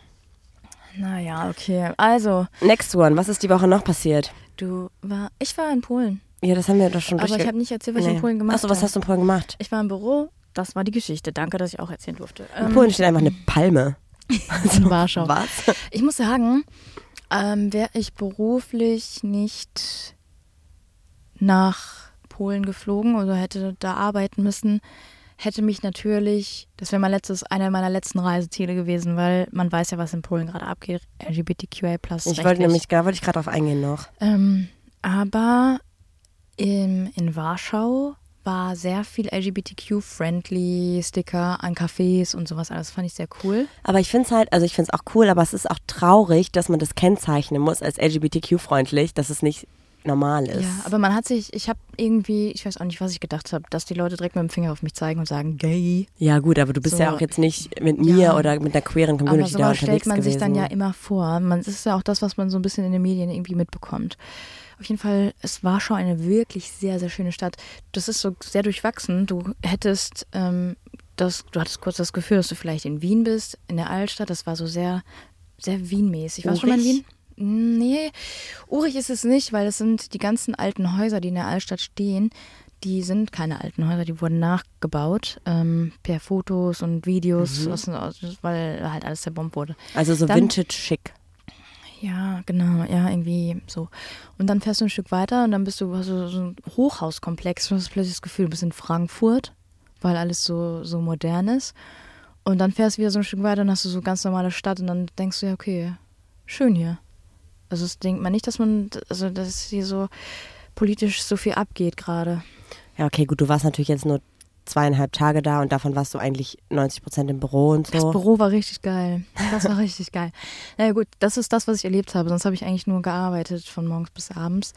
S1: Naja, okay. Also,
S2: Next one. Was ist die Woche noch passiert?
S1: du war. Ich war in Polen.
S2: Ja, das haben wir doch schon
S1: Aber ich habe nicht erzählt, was ich in Polen gemacht
S2: Achso, was
S1: habe.
S2: hast du in Polen gemacht?
S1: Ich war im Büro. Das war die Geschichte. Danke, dass ich auch erzählen durfte. Ähm,
S2: In Polen steht einfach eine Palme.
S1: in Warschau.
S2: Was?
S1: Ich muss sagen, ähm, wäre ich beruflich nicht nach Polen geflogen oder hätte da arbeiten müssen, hätte mich natürlich, das wäre mein letztes, einer meiner letzten Reiseziele gewesen, weil man weiß ja, was in Polen gerade abgeht, LGBTQI+.
S2: Ich wollte nämlich, da wollte ich gerade drauf eingehen noch.
S1: Ähm, aber im, in Warschau war sehr viel LGBTQ-friendly Sticker an Cafés und sowas alles. Fand ich sehr cool.
S2: Aber ich finde es halt, also ich finde es auch cool, aber es ist auch traurig, dass man das kennzeichnen muss als LGBTQ-freundlich, dass es nicht normal ist.
S1: Ja, aber man hat sich, ich habe irgendwie, ich weiß auch nicht, was ich gedacht habe, dass die Leute direkt mit dem Finger auf mich zeigen und sagen, gay.
S2: Ja, gut, aber du bist
S1: So.
S2: ja auch jetzt nicht mit mir
S1: Ja.
S2: oder mit einer queeren
S1: Aber
S2: Community da
S1: sowas
S2: unterwegs
S1: stellt man
S2: gewesen.
S1: sich dann ja immer vor. Man das ist ja auch das, was man so ein bisschen in den Medien irgendwie mitbekommt. Auf jeden Fall ist Warschau eine wirklich sehr, sehr schöne Stadt. Das ist so sehr durchwachsen. Du hättest ähm, das, du hattest kurz das Gefühl, dass du vielleicht in Wien bist, in der Altstadt. Das war so sehr, sehr Wien-mäßig. Warst du schon mal in
S2: Urig?
S1: Wien? Hm, Nee, urig ist es nicht, weil es sind die ganzen alten Häuser, die in der Altstadt stehen, die sind keine alten Häuser, die wurden nachgebaut ähm, per Fotos und Videos, aus, aus, weil halt alles zerbombt wurde.
S2: also so
S1: Dann-
S2: vintage-schick.
S1: Ja, genau, ja, irgendwie so. Und dann fährst du ein Stück weiter und dann bist du hast du so ein Hochhauskomplex und hast plötzlich das Gefühl, du bist in Frankfurt, weil alles so, so modern ist. Und dann fährst du wieder so ein Stück weiter und hast du so ganz normale Stadt und dann denkst du, ja, okay, schön hier. Also das denkt man nicht, dass man, also dass hier so politisch so viel abgeht gerade.
S2: Ja, okay, gut, du warst natürlich jetzt nur zweieinhalb Tage da und davon warst du eigentlich 90 Prozent im Büro und
S1: Das
S2: so.
S1: Büro war richtig geil. Das war richtig geil. Na ja, gut, das ist das, was ich erlebt habe. Sonst habe ich eigentlich nur gearbeitet von morgens bis abends.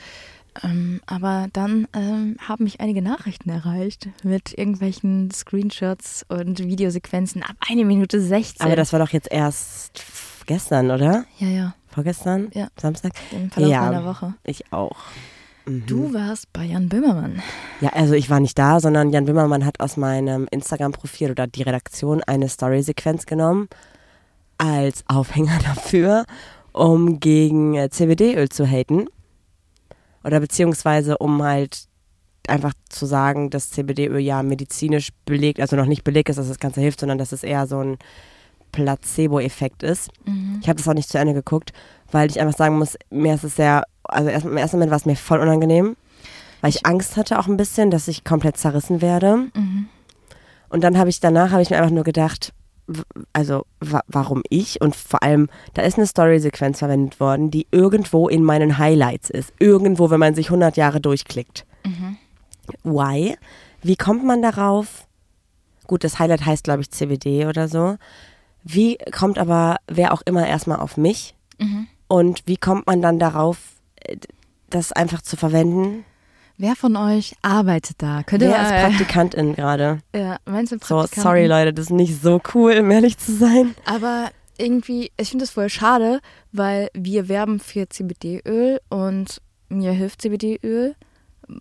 S1: Ähm, aber dann ähm, haben mich einige Nachrichten erreicht mit irgendwelchen Screenshots und Videosequenzen ab eine Minute 16.
S2: aber das war doch jetzt erst gestern, oder?
S1: ja, ja,
S2: Vorgestern?
S1: Ja.
S2: Samstag?
S1: im Verlauf
S2: ja, Mhm.
S1: meiner Woche.
S2: Ich auch.
S1: Du warst bei Jan Böhmermann.
S2: Ja, also ich war nicht da, sondern Jan Wimmermann hat aus meinem Instagram-Profil oder die Redaktion eine Story-Sequenz genommen als Aufhänger dafür, um gegen äh, CBD-Öl zu haten. Oder beziehungsweise um halt einfach zu sagen, dass CBD-Öl ja medizinisch belegt, also noch nicht belegt ist, dass das Ganze hilft, sondern dass es eher so ein Placebo-Effekt ist.
S1: Mhm,
S2: Ich habe das auch nicht zu Ende geguckt, weil ich einfach sagen muss, mir ist es sehr, also erst, im ersten Moment war es mir voll unangenehm, weil ich Angst hatte auch ein bisschen, dass ich komplett zerrissen werde.
S1: mhm,
S2: Und dann habe ich danach, habe ich mir einfach nur gedacht, w- also wa warum ich? Und vor allem, da ist eine Story-Sequenz verwendet worden, die irgendwo in meinen Highlights ist. Irgendwo, wenn man sich 100 Jahre durchklickt.
S1: mhm,
S2: Why? Wie kommt man darauf? Gut, das Highlight heißt, glaube ich, CBD oder so. Wie kommt aber wer auch immer erstmal auf mich?
S1: mhm.
S2: Und wie kommt man dann darauf, äh, das einfach zu verwenden?
S1: Wer von euch arbeitet da? Könnt ihr
S2: Wer ist Praktikantin gerade?
S1: äh, ja, meinst du
S2: So,
S1: Praktikanten?
S2: sorry Leute, das ist nicht so cool, um ehrlich zu sein.
S1: Aber irgendwie, ich finde das voll schade, weil wir werben für CBD-Öl und mir hilft CBD-Öl.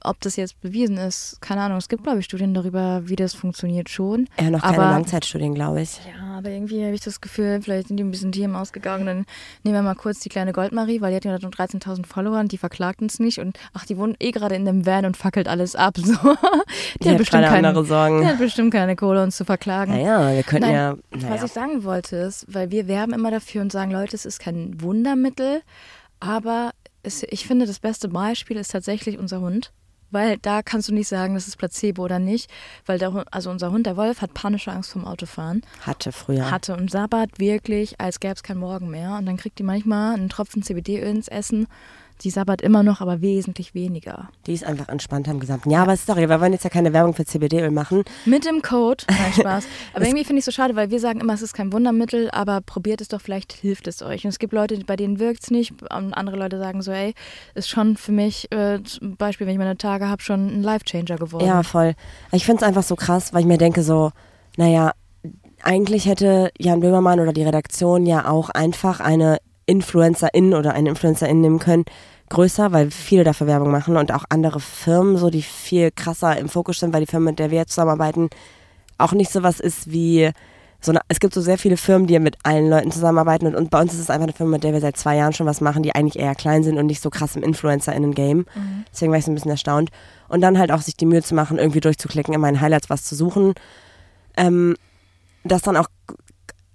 S1: Ob das jetzt bewiesen ist, keine Ahnung. Es gibt, glaube ich, Studien darüber, wie das funktioniert schon.
S2: Ja, noch keine
S1: aber,
S2: Langzeitstudien, glaube ich.
S1: Ja, aber irgendwie habe ich das Gefühl, vielleicht sind die ein bisschen Themen ausgegangen. Dann nehmen wir mal kurz die kleine Goldmarie, weil die hat ja nur 13.000 Follower und die verklagt uns nicht. Und ach, die wohnt eh gerade in dem Van und fackelt alles ab. So. Die,
S2: hat gerade andere Sorgen.
S1: Die hat bestimmt keine Kohle, uns zu verklagen.
S2: Naja, wir könnten
S1: Nein,
S2: ja.
S1: Was
S2: Naja.
S1: ich sagen wollte ist, weil wir werben immer dafür und sagen, Leute, es ist kein Wundermittel, aber es, ich finde, das beste Beispiel ist tatsächlich unser Hund. Weil da kannst du nicht sagen, das ist Placebo oder nicht. Weil der, Hund- also unser Hund, der Wolf, hat panische Angst vom Autofahren.
S2: Hatte früher.
S1: Hatte und sabbert wirklich, als gäbe es keinen Morgen mehr. Und dann kriegt die manchmal einen Tropfen CBD-Öl ins Essen. Sie sabbert immer noch, aber wesentlich weniger.
S2: Die ist einfach entspannter im Gesamten. Ja, aber sorry, wir wollen jetzt ja keine Werbung für CBD-Öl machen.
S1: Mit dem Code. Nein, Spaß. Aber irgendwie finde ich es so schade, weil wir sagen immer, es ist kein Wundermittel, aber probiert es doch, vielleicht hilft es euch. Und es gibt Leute, bei denen wirkt es nicht. Und andere Leute sagen so, ey, ist schon für mich, äh, zum Beispiel, wenn ich meine Tage habe, schon ein Life-Changer geworden.
S2: Ja, voll. Ich finde es einfach so krass, weil ich mir denke so, naja, eigentlich hätte Jan Böhmermann oder die Redaktion ja auch einfach eine Influencerin oder eine Influencerin nehmen können, größer, weil viele dafür Werbung machen und auch andere Firmen so, die viel krasser im Fokus sind, weil die Firma, mit der wir jetzt zusammenarbeiten, auch nicht sowas ist wie so eine, es gibt so sehr viele Firmen, die mit allen Leuten zusammenarbeiten und, und bei uns ist es einfach eine Firma, mit der wir seit zwei Jahren schon was machen, die eigentlich eher klein sind und nicht so krass im Influencer-Innen-Game. Deswegen war ich so ein bisschen erstaunt. Und dann halt auch sich die Mühe zu machen, irgendwie durchzuklicken, in meinen Highlights was zu suchen. Ähm, das dann auch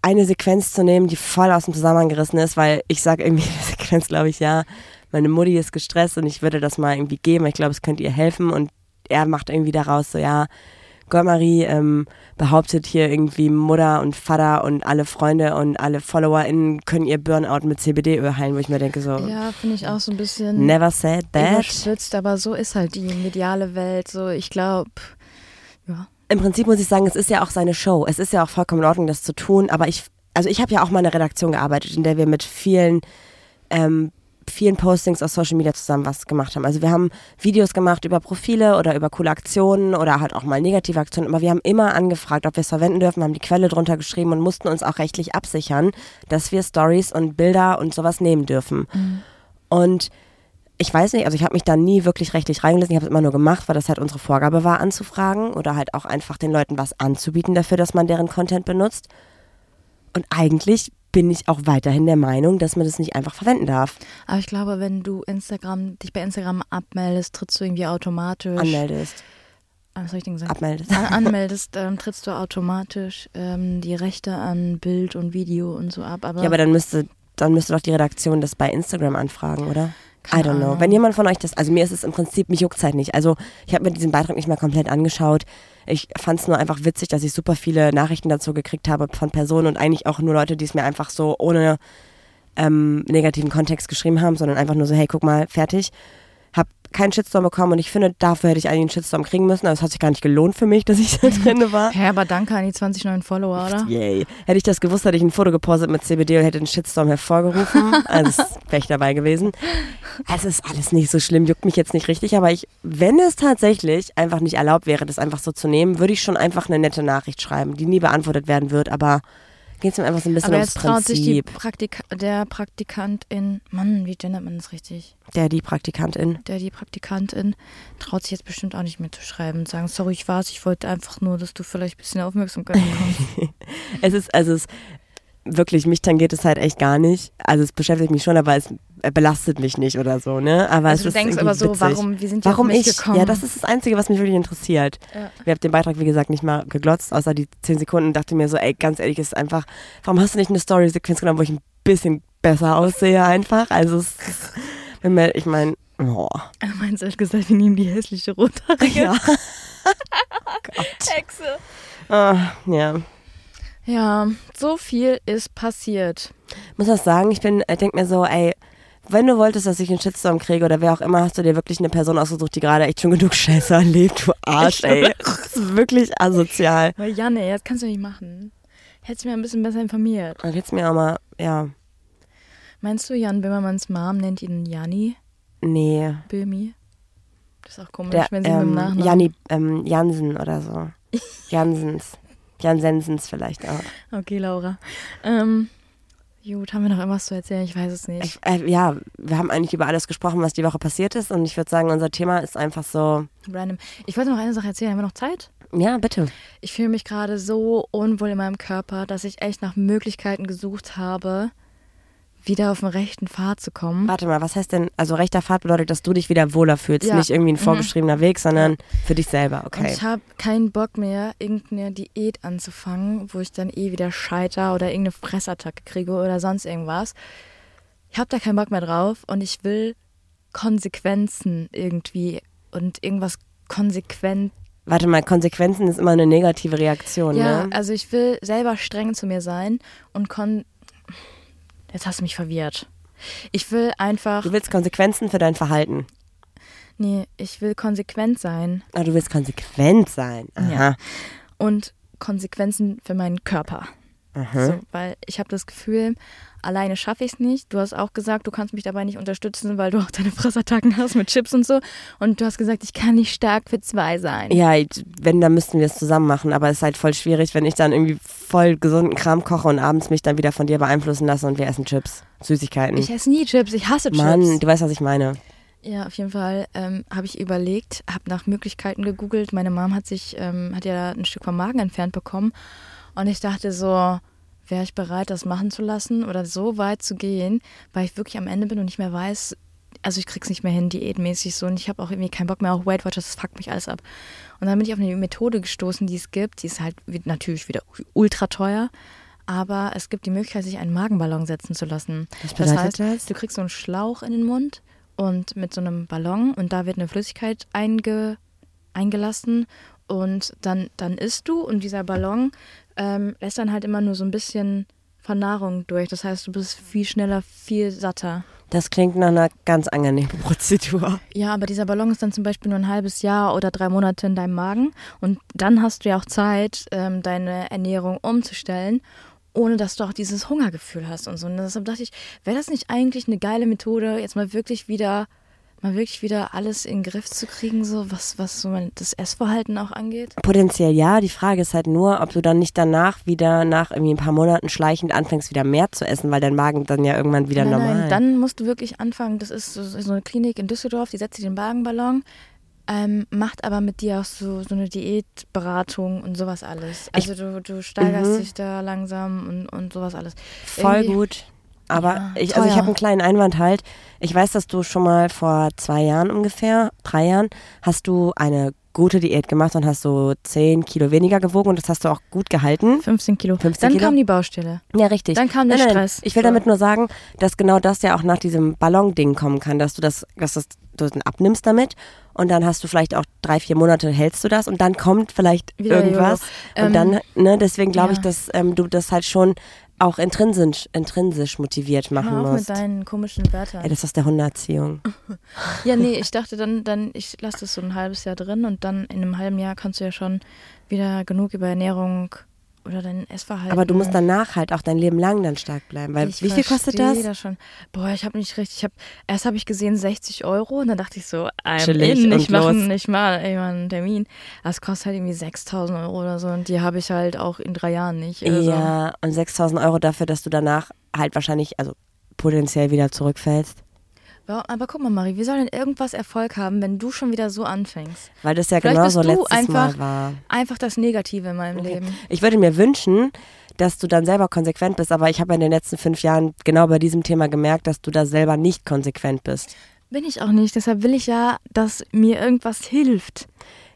S2: eine Sequenz zu nehmen, die voll aus dem Zusammenhang gerissen ist, weil ich sage irgendwie in der Sequenz, glaube ich, ja, meine Mutti ist gestresst und ich würde das mal irgendwie geben. Ich glaube, es könnte ihr helfen und er macht irgendwie daraus so, ja, Gottmarie ähm, behauptet hier irgendwie Mutter und Vater und alle Freunde und alle FollowerInnen können ihr Burnout mit CBD-Öl heilen, wo ich mir denke so,
S1: Ja, finde ich auch so ein bisschen
S2: never said that.
S1: überschwitzt, aber so ist halt die mediale Welt. So, ich glaube, ja.
S2: im Prinzip muss ich sagen, es ist ja auch seine Show. Es ist ja auch vollkommen in Ordnung, das zu tun. Aber ich, also ich habe ja auch mal in einer Redaktion gearbeitet, in der wir mit vielen, ähm, vielen Postings aus Social Media zusammen was gemacht haben. Also wir haben Videos gemacht über Profile oder über coole Aktionen oder halt auch mal negative Aktionen. Aber wir haben immer angefragt, ob wir es verwenden dürfen, haben die Quelle drunter geschrieben und mussten uns auch rechtlich absichern, dass wir Stories und Bilder und sowas nehmen dürfen. Und ich weiß nicht, also ich habe mich da nie wirklich rechtlich reingelesen. Ich habe es immer nur gemacht, weil das halt unsere Vorgabe war, anzufragen oder halt auch einfach den Leuten was anzubieten dafür, dass man deren Content benutzt. Und eigentlich bin ich auch weiterhin der Meinung, dass man das nicht einfach verwenden darf.
S1: Aber ah, ich glaube, wenn du Instagram, dich bei Instagram abmeldest, trittst du irgendwie automatisch.
S2: Anmeldest,
S1: Ah, Was soll ich denn sagen?
S2: abmeldest.
S1: An anmeldest, ähm, trittst du automatisch ähm, die Rechte an Bild und Video und so ab. Aber,
S2: Ja, aber dann müsste, dann müsste doch die Redaktion das bei Instagram anfragen, oder? I don't know. Wenn jemand von euch das, also mir ist es im Prinzip, mich juckt halt nicht. Also ich habe mir diesen Beitrag nicht mal komplett angeschaut. Ich fand es nur einfach witzig, dass ich super viele Nachrichten dazu gekriegt habe von Personen und eigentlich auch nur Leute, die es mir einfach so ohne ähm, negativen Kontext geschrieben haben, sondern einfach nur so, hey, guck mal, fertig. Hab keinen Shitstorm bekommen und ich finde, dafür hätte ich eigentlich einen Shitstorm kriegen müssen, aber es hat sich gar nicht gelohnt für mich, dass ich da drin war.
S1: Hä, aber danke an die 20 neuen Follower, oder?
S2: Yay. Hätte ich das gewusst, hätte ich ein Foto gepostet mit CBD und hätte einen Shitstorm hervorgerufen. Also es wäre ich dabei gewesen. Es ist alles nicht so schlimm, juckt mich jetzt nicht richtig, aber ich, wenn es tatsächlich einfach nicht erlaubt wäre, das einfach so zu nehmen, würde ich schon einfach eine nette Nachricht schreiben, die nie beantwortet werden wird, aber geht es mir einfach so ein bisschen
S1: Aber
S2: ums
S1: jetzt traut sich die
S2: Prinzip.
S1: Praktika der Praktikantin, Mann, wie gendert man das richtig?
S2: der, die Praktikantin.
S1: Der, die Praktikantin, traut sich jetzt bestimmt auch nicht mehr zu schreiben und sagen, sorry, ich war's, ich wollte einfach nur, dass du vielleicht ein bisschen Aufmerksamkeit bekommst.
S2: Es ist, also es wirklich, mich tangiert es halt echt gar nicht. Also es beschäftigt mich schon, aber es äh, belastet mich nicht oder so, ne? Aber es
S1: also du
S2: ist
S1: denkst
S2: irgendwie
S1: aber so,
S2: witzig.
S1: warum, wie sind die
S2: Warum
S1: auf mich
S2: ich?
S1: gekommen?
S2: Ja, das ist das Einzige, was mich wirklich interessiert.
S1: Ja.
S2: Wir haben den Beitrag, wie gesagt, nicht mal geglotzt, außer die 10 Sekunden und dachte mir so, ey, ganz ehrlich, es ist einfach, warum hast du nicht eine Story-Sequenz genommen, wo ich ein bisschen besser aussehe einfach? Also es ist, wenn mir- ich meine, oh,
S1: Er meint ehrlich gesagt, wir nehmen die hässliche rothaarige
S2: ja.
S1: Hexe.
S2: Ah, ja.
S1: Ja, so viel ist passiert.
S2: muss das sagen, ich bin, ich denke mir so, ey, wenn du wolltest, dass ich einen Shitstorm kriege oder wer auch immer, hast du dir wirklich eine Person ausgesucht, die gerade echt schon genug Scheiße erlebt, du Arsch, ey. Das ist wirklich asozial.
S1: Weil Janne, das kannst du nicht machen. Hättest du mir ein bisschen besser informiert.
S2: Dann geht's mir auch mal, ja,
S1: Meinst du, Jan Böhmermanns Mom nennt ihn Janni?
S2: nee.
S1: Böhmi? Das ist auch komisch,
S2: Der,
S1: wenn sie mit dem
S2: ähm,
S1: Nachnamen...
S2: Janni, ähm, Jansen oder so. Jansens. Jansensens vielleicht auch.
S1: Okay, Laura. Ähm, gut, haben wir noch irgendwas zu erzählen? Ich weiß es nicht.
S2: Ich, äh, ja, wir haben eigentlich über alles gesprochen, was die Woche passiert ist und ich würde sagen, unser Thema ist einfach so,
S1: Random. Ich wollte noch eine Sache erzählen. Haben wir noch Zeit?
S2: ja, bitte.
S1: Ich fühle mich gerade so unwohl in meinem Körper, dass ich echt nach Möglichkeiten gesucht habe, wieder auf den rechten Pfad zu kommen.
S2: Warte mal, was heißt denn, also rechter Pfad bedeutet, dass du dich wieder wohler fühlst,
S1: Ja. Mhm.
S2: nicht irgendwie ein vorgeschriebener Weg, sondern für dich selber,
S1: Und
S2: okay.
S1: ich habe keinen Bock mehr, irgendeine Diät anzufangen, wo ich dann eh wieder scheiter oder irgendeine Fressattacke kriege oder sonst irgendwas. Ich habe da keinen Bock mehr drauf und ich will Konsequenzen irgendwie und irgendwas konsequent
S2: Warte mal, Konsequenzen ist immer eine negative Reaktion,
S1: Ja,
S2: ne?
S1: also ich will selber streng zu mir sein und kon. Jetzt hast du mich verwirrt. Ich will einfach.
S2: Du willst Konsequenzen für dein Verhalten.
S1: Nee, ich will konsequent sein
S2: Ah, du willst konsequent sein. Aha.
S1: und Konsequenzen für meinen Körper. So, weil ich habe das Gefühl, alleine schaffe ich es nicht. Du hast auch gesagt, du kannst mich dabei nicht unterstützen, weil du auch deine Fressattacken hast mit Chips und so. Und du hast gesagt, ich kann nicht stark für zwei sein.
S2: Ja, ich- wenn, dann müssten wir es zusammen machen, aber es ist halt voll schwierig, wenn ich dann irgendwie voll gesunden Kram koche und abends mich dann wieder von dir beeinflussen lasse und wir essen Chips, Süßigkeiten.
S1: Ich esse nie Chips, ich hasse
S2: Mann,
S1: Chips.
S2: du weißt, was ich meine.
S1: Ja, auf jeden Fall ähm, habe ich überlegt, habe nach Möglichkeiten gegoogelt. Meine Mom hat sich, ähm, hat ja ein Stück vom Magen entfernt bekommen. Und ich dachte so, wäre ich bereit, das machen zu lassen oder so weit zu gehen, weil ich wirklich am Ende bin und nicht mehr weiß, also ich krieg's nicht mehr hin, diätmäßig so. Und ich habe auch irgendwie keinen Bock mehr auf Weight Watchers, das fuckt mich alles ab. Und dann bin ich auf eine Methode gestoßen, die es gibt. Die ist halt wie- natürlich wieder ultra teuer. Aber es gibt die Möglichkeit, sich einen Magenballon setzen zu lassen.
S2: Was bedeutet
S1: heißt,
S2: das?
S1: du kriegst so einen Schlauch in den Mund und mit so einem Ballon und da wird eine Flüssigkeit einge, eingelassen und dann, dann isst du und dieser Ballon ähm, lässt dann halt immer nur so ein bisschen von Nahrung durch. Das heißt, du bist viel schneller, viel satter.
S2: Das klingt nach einer ganz angenehmen Prozedur.
S1: Ja, aber dieser Ballon ist dann zum Beispiel nur ein halbes Jahr oder drei Monate in deinem Magen und dann hast du ja auch Zeit, ähm, deine Ernährung umzustellen, ohne dass du auch dieses Hungergefühl hast und so. Und deshalb dachte ich, wäre das nicht eigentlich eine geile Methode, jetzt mal wirklich wieder, mal wirklich wieder alles in den Griff zu kriegen, so was, was so mein, das Essverhalten auch angeht?
S2: Potenziell ja, die Frage ist halt nur, ob du dann nicht danach wieder, nach irgendwie ein paar Monaten schleichend anfängst, wieder mehr zu essen, weil dein Magen dann ja irgendwann wieder
S1: nein,
S2: normal.
S1: nein, dann musst du wirklich anfangen. Das ist so, so eine Klinik in Düsseldorf, die setzt dir den Magenballon. Ähm, macht aber mit dir auch so, so eine Diätberatung und sowas alles. Also du, du steigerst dich da langsam und, und sowas alles.
S2: Mhm. Voll
S1: Irgendwie-
S2: gut. Aber
S1: Ja,
S2: ich, also ich
S1: teuer.
S2: habe einen kleinen Einwand halt. Ich weiß, dass du schon mal vor zwei Jahren ungefähr, drei Jahren, hast du eine gute Diät gemacht und hast so 10 Kilo weniger gewogen und das hast du auch gut gehalten.
S1: 15 Kilo.
S2: 15
S1: dann
S2: Kilo?
S1: kam die Baustelle.
S2: Ja, richtig.
S1: Dann kam der
S2: nein, nein,
S1: Stress.
S2: Ich will
S1: So.
S2: damit nur sagen, dass genau das ja auch nach diesem Ballon-Ding kommen kann, dass du das, dass das, du das abnimmst damit und dann hast du vielleicht auch drei, vier Monate hältst du das und dann kommt vielleicht
S1: Wieder
S2: irgendwas.
S1: Jojo.
S2: und
S1: Ähm,
S2: dann, ne, deswegen glaube ich,
S1: ja.
S2: dass ähm, du das halt schon auch intrinsisch, intrinsisch motiviert machen
S1: Mal auf mit
S2: musst.
S1: deinen komischen Wörtern.
S2: Ey, das ist aus der Hundeerziehung.
S1: Ja, nee, ich dachte dann, dann ich lasse das so ein halbes Jahr drin und dann in einem halben Jahr kannst du ja schon wieder genug über Ernährung oder dein Essverhalten.
S2: Aber du musst danach halt auch dein Leben lang dann stark bleiben. Weil
S1: Ich
S2: wie viel kostet
S1: verstehe
S2: das?
S1: das schon. Boah, ich habe nicht richtig. Ich hab, erst habe ich gesehen 60 Euro und dann dachte ich so, I'm
S2: Chillig
S1: in,
S2: und
S1: ich mache
S2: los.
S1: nicht mal ey, mal einen Termin. Das kostet halt irgendwie 6000 Euro oder so und die habe ich halt auch in drei Jahren nicht. Also,
S2: Ja, und 6000 Euro dafür, dass du danach halt wahrscheinlich, also potenziell wieder zurückfällst.
S1: Warum- Aber guck mal, Marie, wir sollen denn irgendwas Erfolg haben, wenn du schon wieder so anfängst.
S2: Weil das ja
S1: Vielleicht
S2: genauso
S1: bist du
S2: letztes
S1: einfach,
S2: Mal war.
S1: einfach das Negative in meinem Leben.
S2: Ich würde mir wünschen, dass du dann selber konsequent bist, aber ich habe in den letzten fünf Jahren genau bei diesem Thema gemerkt, dass du da selber nicht konsequent bist.
S1: Bin ich auch nicht, deshalb will ich ja, dass mir irgendwas hilft.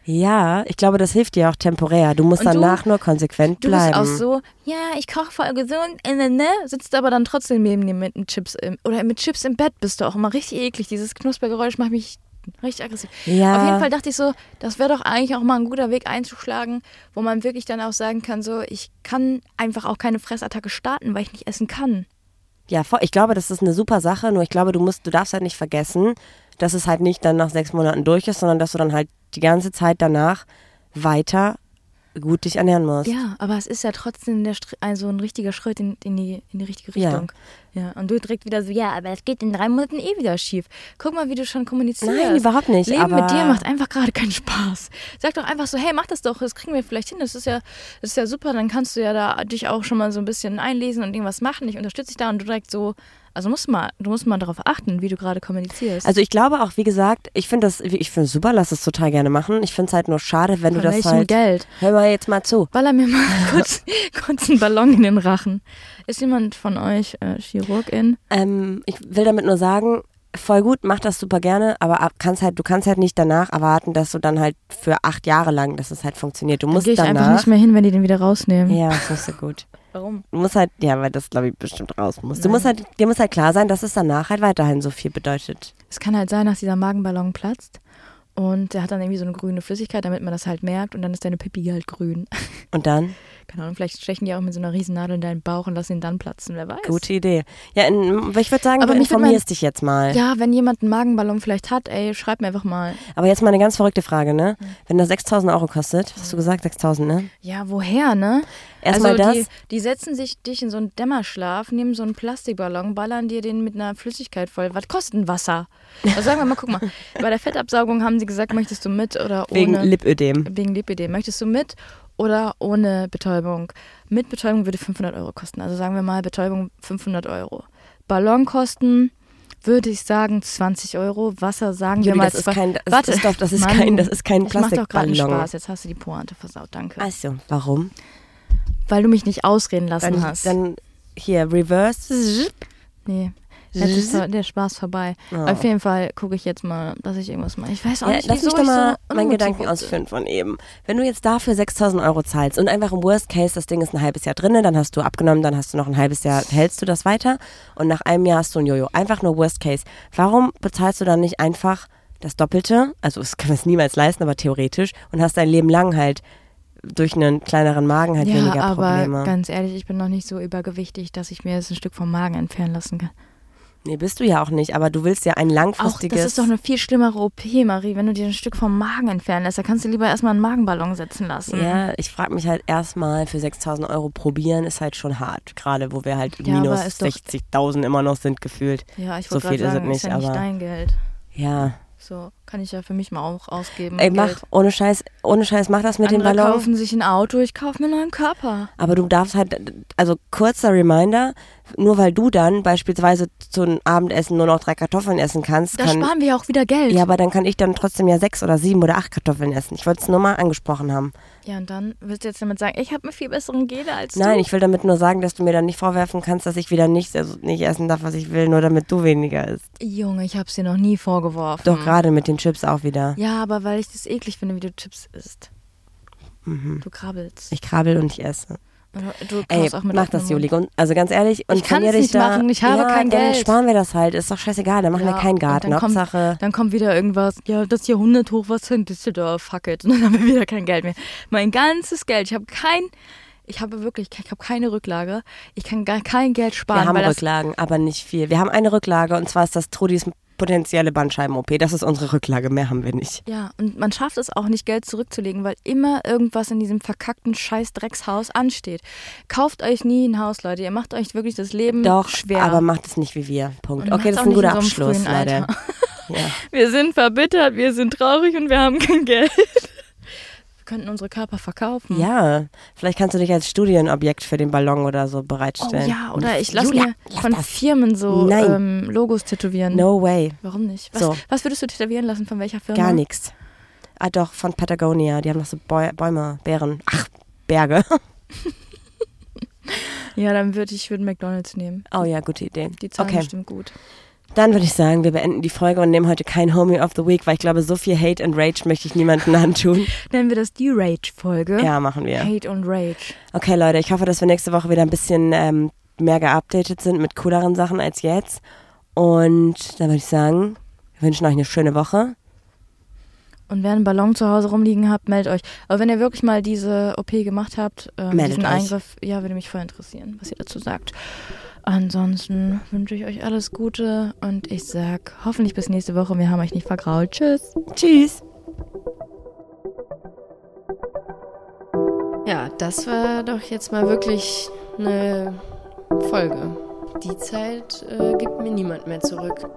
S2: Ja, ich glaube, das hilft dir auch temporär. Du musst
S1: Und du-
S2: danach nur konsequent
S1: Du
S2: bleiben.
S1: bist auch so, ja, ich koche voll gesund, äh, ne, ne, sitzt aber dann trotzdem neben dir mit einem Chips im, oder mit Chips im Bett bist du auch immer richtig eklig. Dieses Knuspergeräusch macht mich richtig aggressiv.
S2: Ja.
S1: Auf jeden Fall dachte ich so, das wäre doch eigentlich auch mal ein guter Weg einzuschlagen, wo man wirklich dann auch sagen kann, so, ich kann einfach auch keine Fressattacke starten, weil ich nicht essen kann.
S2: Ja, voll. ich glaube, das ist eine super Sache, nur ich glaube, du musst, du darfst halt nicht vergessen, dass es halt nicht dann nach sechs Monaten durch ist, sondern dass du dann halt die ganze Zeit danach weiter gut dich ernähren musst.
S1: Ja, aber es ist ja trotzdem der Str- also ein richtiger Schritt in, in, die, in die richtige
S2: Ja.
S1: Richtung. Ja. Und du direkt wieder so, ja, aber es geht in drei Monaten eh wieder schief. Guck mal, wie du schon kommunizierst.
S2: Nein, überhaupt nicht,
S1: Leben
S2: aber-
S1: mit dir macht einfach gerade keinen Spaß. Sag doch einfach so, hey, mach das doch, das kriegen wir vielleicht hin. Das ist ja, das ist ja super, dann kannst du ja da dich auch schon mal so ein bisschen einlesen und irgendwas machen. Ich unterstütze dich da und du direkt so, also musst mal, du musst mal darauf achten, wie du gerade kommunizierst.
S2: Also ich glaube auch, wie gesagt, ich finde das, ich finde es super, lass es total gerne machen. Ich finde es halt nur schade, wenn
S1: Von
S2: du das
S1: welchem
S2: halt.
S1: Geld?
S2: Hör mal jetzt mal zu.
S1: Baller mir mal kurz, kurz einen Ballon in den Rachen. Ist jemand von euch äh, Chirurgin?
S2: Ähm, ich will damit nur sagen, voll gut, mach das super gerne, aber ab- kannst halt, du kannst halt nicht danach erwarten, dass du dann halt für acht Jahre lang, dass es halt funktioniert. Du
S1: Dann
S2: musst
S1: gehe ich
S2: danach.
S1: einfach nicht mehr hin, wenn die den wieder rausnehmen.
S2: ja, das ist so gut.
S1: Warum?
S2: Du musst halt, ja, weil das glaube ich bestimmt raus muss. Du musst halt, dir muss halt klar sein, dass es danach halt weiterhin so viel bedeutet.
S1: Es kann halt sein, dass dieser Magenballon platzt Und der hat dann irgendwie so eine grüne Flüssigkeit, damit man das halt merkt. Und dann ist deine Pipi halt grün.
S2: Und dann?
S1: Keine Ahnung, vielleicht stechen die auch mit so einer Riesennadel in deinen Bauch und lassen ihn dann platzen, wer weiß.
S2: Gute Idee. Ja, in, ich würde sagen,
S1: Aber
S2: du
S1: mich würd
S2: informierst
S1: mein-
S2: dich jetzt mal.
S1: Ja, wenn jemand einen Magenballon vielleicht hat, ey, schreib mir einfach mal.
S2: Aber jetzt mal eine ganz verrückte Frage, ne?
S1: Mhm.
S2: Wenn das 6000 Euro kostet, was hast du gesagt, 6000, ne?
S1: Ja, woher, ne?
S2: Erstmal
S1: Mhm. also
S2: das.
S1: Die, die setzen sich dich in so einen Dämmerschlaf, nehmen so einen Plastikballon, ballern dir den mit einer Flüssigkeit voll. Was kostet denn Wasser? Also sagen wir mal, guck mal, bei der Fettabsaugung haben sie gesagt, möchtest du mit oder ohne?
S2: Wegen Lipödem.
S1: wegen Lipidem. Möchtest du mit oder ohne Betäubung? Mit Betäubung würde 500 Euro kosten. Also sagen wir mal Betäubung 500 Euro. Ballon kosten würde ich sagen 20 Euro. Wasser sagen wir
S2: Juli,
S1: mal
S2: das ist
S1: zwei-
S2: kein- das ist-
S1: Warte,
S2: das ist doch- das ist
S1: Mann,
S2: kein- das ist kein
S1: Ich mach doch gerade einen
S2: Plastikballon.
S1: Spaß. Jetzt hast du die Pointe versaut. Danke.
S2: Achso, warum?
S1: Weil du mich nicht ausreden lassen
S2: Dann,
S1: hast.
S2: dann hier,
S1: Mhm.
S2: reverse.
S1: nee. Jetzt ist der Spaß vorbei. Auf jeden Fall gucke ich jetzt mal, dass ich irgendwas mache. Ich weiß auch
S2: Ah. Ja,
S1: nicht,
S2: lass
S1: wieso
S2: mich doch mal
S1: ich so
S2: meinen
S1: unmotiviert
S2: Gedanken
S1: bin.
S2: ausführen von eben. Wenn du jetzt dafür 6000 Euro zahlst und einfach im Worst Case, das Ding ist ein halbes Jahr drinne, dann hast du abgenommen, dann hast du noch ein halbes Jahr, hältst du das weiter und nach einem Jahr hast du ein Jojo. Einfach nur Worst Case. Warum bezahlst du dann nicht einfach das Doppelte? Also, es kann es niemals leisten, aber theoretisch und hast dein Leben lang halt durch einen kleineren Magen halt
S1: Ja,
S2: weniger
S1: aber
S2: Probleme.
S1: ganz ehrlich, ich bin noch nicht so übergewichtig, dass ich mir jetzt ein Stück vom Magen entfernen lassen kann.
S2: nee, bist du ja auch nicht, aber du willst ja ein
S1: Auch
S2: langfristiges.
S1: das ist doch eine viel schlimmere OP, Marie, wenn du dir ein Stück vom Magen entfernen lässt. Da kannst du lieber erstmal einen Magenballon setzen lassen.
S2: Ja, ich frage mich halt erstmal, für 6000 Euro probieren ist halt schon hart. Gerade wo wir halt
S1: Ja, aber
S2: minus
S1: ist doch-
S2: 60.000 immer noch sind gefühlt.
S1: Ja, ich
S2: So
S1: wollte
S2: viel
S1: gerade
S2: ist es
S1: sagen,
S2: nicht,
S1: ist ja nicht
S2: aber-
S1: dein Geld.
S2: Ja.
S1: So, kann ich ja für mich mal auch ausgeben.
S2: Ey,
S1: Geld.
S2: mach, ohne Scheiß, ohne Scheiß, mach das mit
S1: Andere
S2: dem Ballon.
S1: kaufen sich ein Auto, ich kaufe mir einen neuen Körper.
S2: Aber du darfst halt, also kurzer Reminder, nur weil du dann beispielsweise zu einem Abendessen nur noch drei Kartoffeln essen kannst,
S1: Da
S2: kann.
S1: sparen wir ja auch wieder Geld.
S2: Ja, aber dann kann ich dann trotzdem ja sechs oder sieben oder acht Kartoffeln essen. Ich wollte es nur mal angesprochen haben.
S1: Ja, und dann willst du jetzt damit sagen, ich habe mir viel besseren Gene als
S2: Nein,
S1: du.
S2: ich will damit nur sagen, dass du mir dann nicht vorwerfen kannst, dass ich wieder nichts, also nicht essen darf, was ich will, nur damit du weniger isst.
S1: Junge, ich habe es dir noch nie vorgeworfen.
S2: Doch gerade mit den Chips auch wieder.
S1: Ja, aber weil ich das eklig finde, wie du Chips isst. Du krabbelst.
S2: Mhm. Ich krabbel und ich esse.
S1: Oder du
S2: Ey,
S1: krabbelst auch mit
S2: mach das,
S1: offenem
S2: Juli. Und, also ganz ehrlich, und
S1: kann's
S2: informier dich
S1: nicht
S2: da,
S1: machen, ich habe
S2: ja,
S1: kein
S2: dann
S1: Geld.
S2: sparen wir das halt. Ist doch scheißegal. Dann machen
S1: Ja,
S2: wir keinen
S1: und
S2: Garten.
S1: Dann kommt,
S2: Hauptsache.
S1: dann kommt wieder irgendwas, ja, das Jahrhunderthochwasser in Düsseldorf, Oh, fuck it. Und dann haben wir wieder kein Geld mehr. Mein ganzes Geld, ich habe kein, ich habe wirklich, ich habe keine Rücklage. Ich kann gar kein Geld sparen.
S2: wir haben
S1: weil das,
S2: Rücklagen, aber nicht viel. Wir haben eine Rücklage und zwar ist das Trudis potenzielle Bandscheiben-OP. Das ist unsere Rücklage. Mehr haben wir nicht.
S1: Ja, und man schafft es auch nicht, Geld zurückzulegen, weil immer irgendwas in diesem verkackten Scheiß-Dreckshaus ansteht. Kauft euch nie ein Haus, Leute. Ihr macht euch wirklich das Leben
S2: Doch,
S1: Hm, schwer.
S2: aber macht es nicht wie wir. Punkt.
S1: Und
S2: okay,
S1: macht's
S2: das
S1: auch
S2: ist ein
S1: nicht in
S2: guter
S1: so einem
S2: Abschluss,
S1: frühen Alter.
S2: leider. Ja.
S1: Wir sind verbittert, wir sind traurig und wir haben kein Geld. Wir könnten unsere Körper verkaufen.
S2: ja, vielleicht kannst du dich als Studienobjekt für den Ballon oder so
S1: Oh
S2: bereitstellen.
S1: ja, oder ich lasse
S2: Julia,
S1: mir
S2: lass
S1: von
S2: das.
S1: Firmen so
S2: Nein.
S1: ähm, Logos tätowieren.
S2: No way.
S1: Warum nicht? Was,
S2: So.
S1: was würdest du tätowieren lassen? Von welcher Firma?
S2: Gar nichts. Ah, doch, von Patagonia. Die haben noch so Bäu Bäume, Bären. Ach, Berge.
S1: Ja, dann würde ich würd McDonalds nehmen.
S2: Oh ja, gute Idee.
S1: Die zahlen
S2: Okay,
S1: bestimmt gut.
S2: dann würde ich sagen, wir beenden die Folge und nehmen heute kein Homie of the Week, weil ich glaube, so viel Hate and Rage möchte ich niemandem antun.
S1: Nennen wir das die Rage-Folge.
S2: Ja, machen wir.
S1: Hate und Rage.
S2: Okay, Leute, ich hoffe, dass wir nächste Woche wieder ein bisschen ähm, mehr geupdatet sind mit cooleren Sachen als jetzt. Und dann würde ich sagen, wir wünschen euch eine schöne Woche.
S1: Und wenn ein Ballon zu Hause rumliegen habt, meldet euch. Aber wenn ihr wirklich mal diese OP gemacht habt, ähm,
S2: Meldet
S1: diesen
S2: euch.
S1: Eingriff, ja, würde mich voll interessieren, was ihr dazu sagt. Ansonsten wünsche ich euch alles Gute und ich sag hoffentlich bis nächste Woche. Wir haben euch nicht vergrault. Tschüss.
S2: Tschüss.
S4: Ja, das war doch jetzt mal wirklich eine Folge. Die Zeit äh, gibt mir niemand mehr zurück.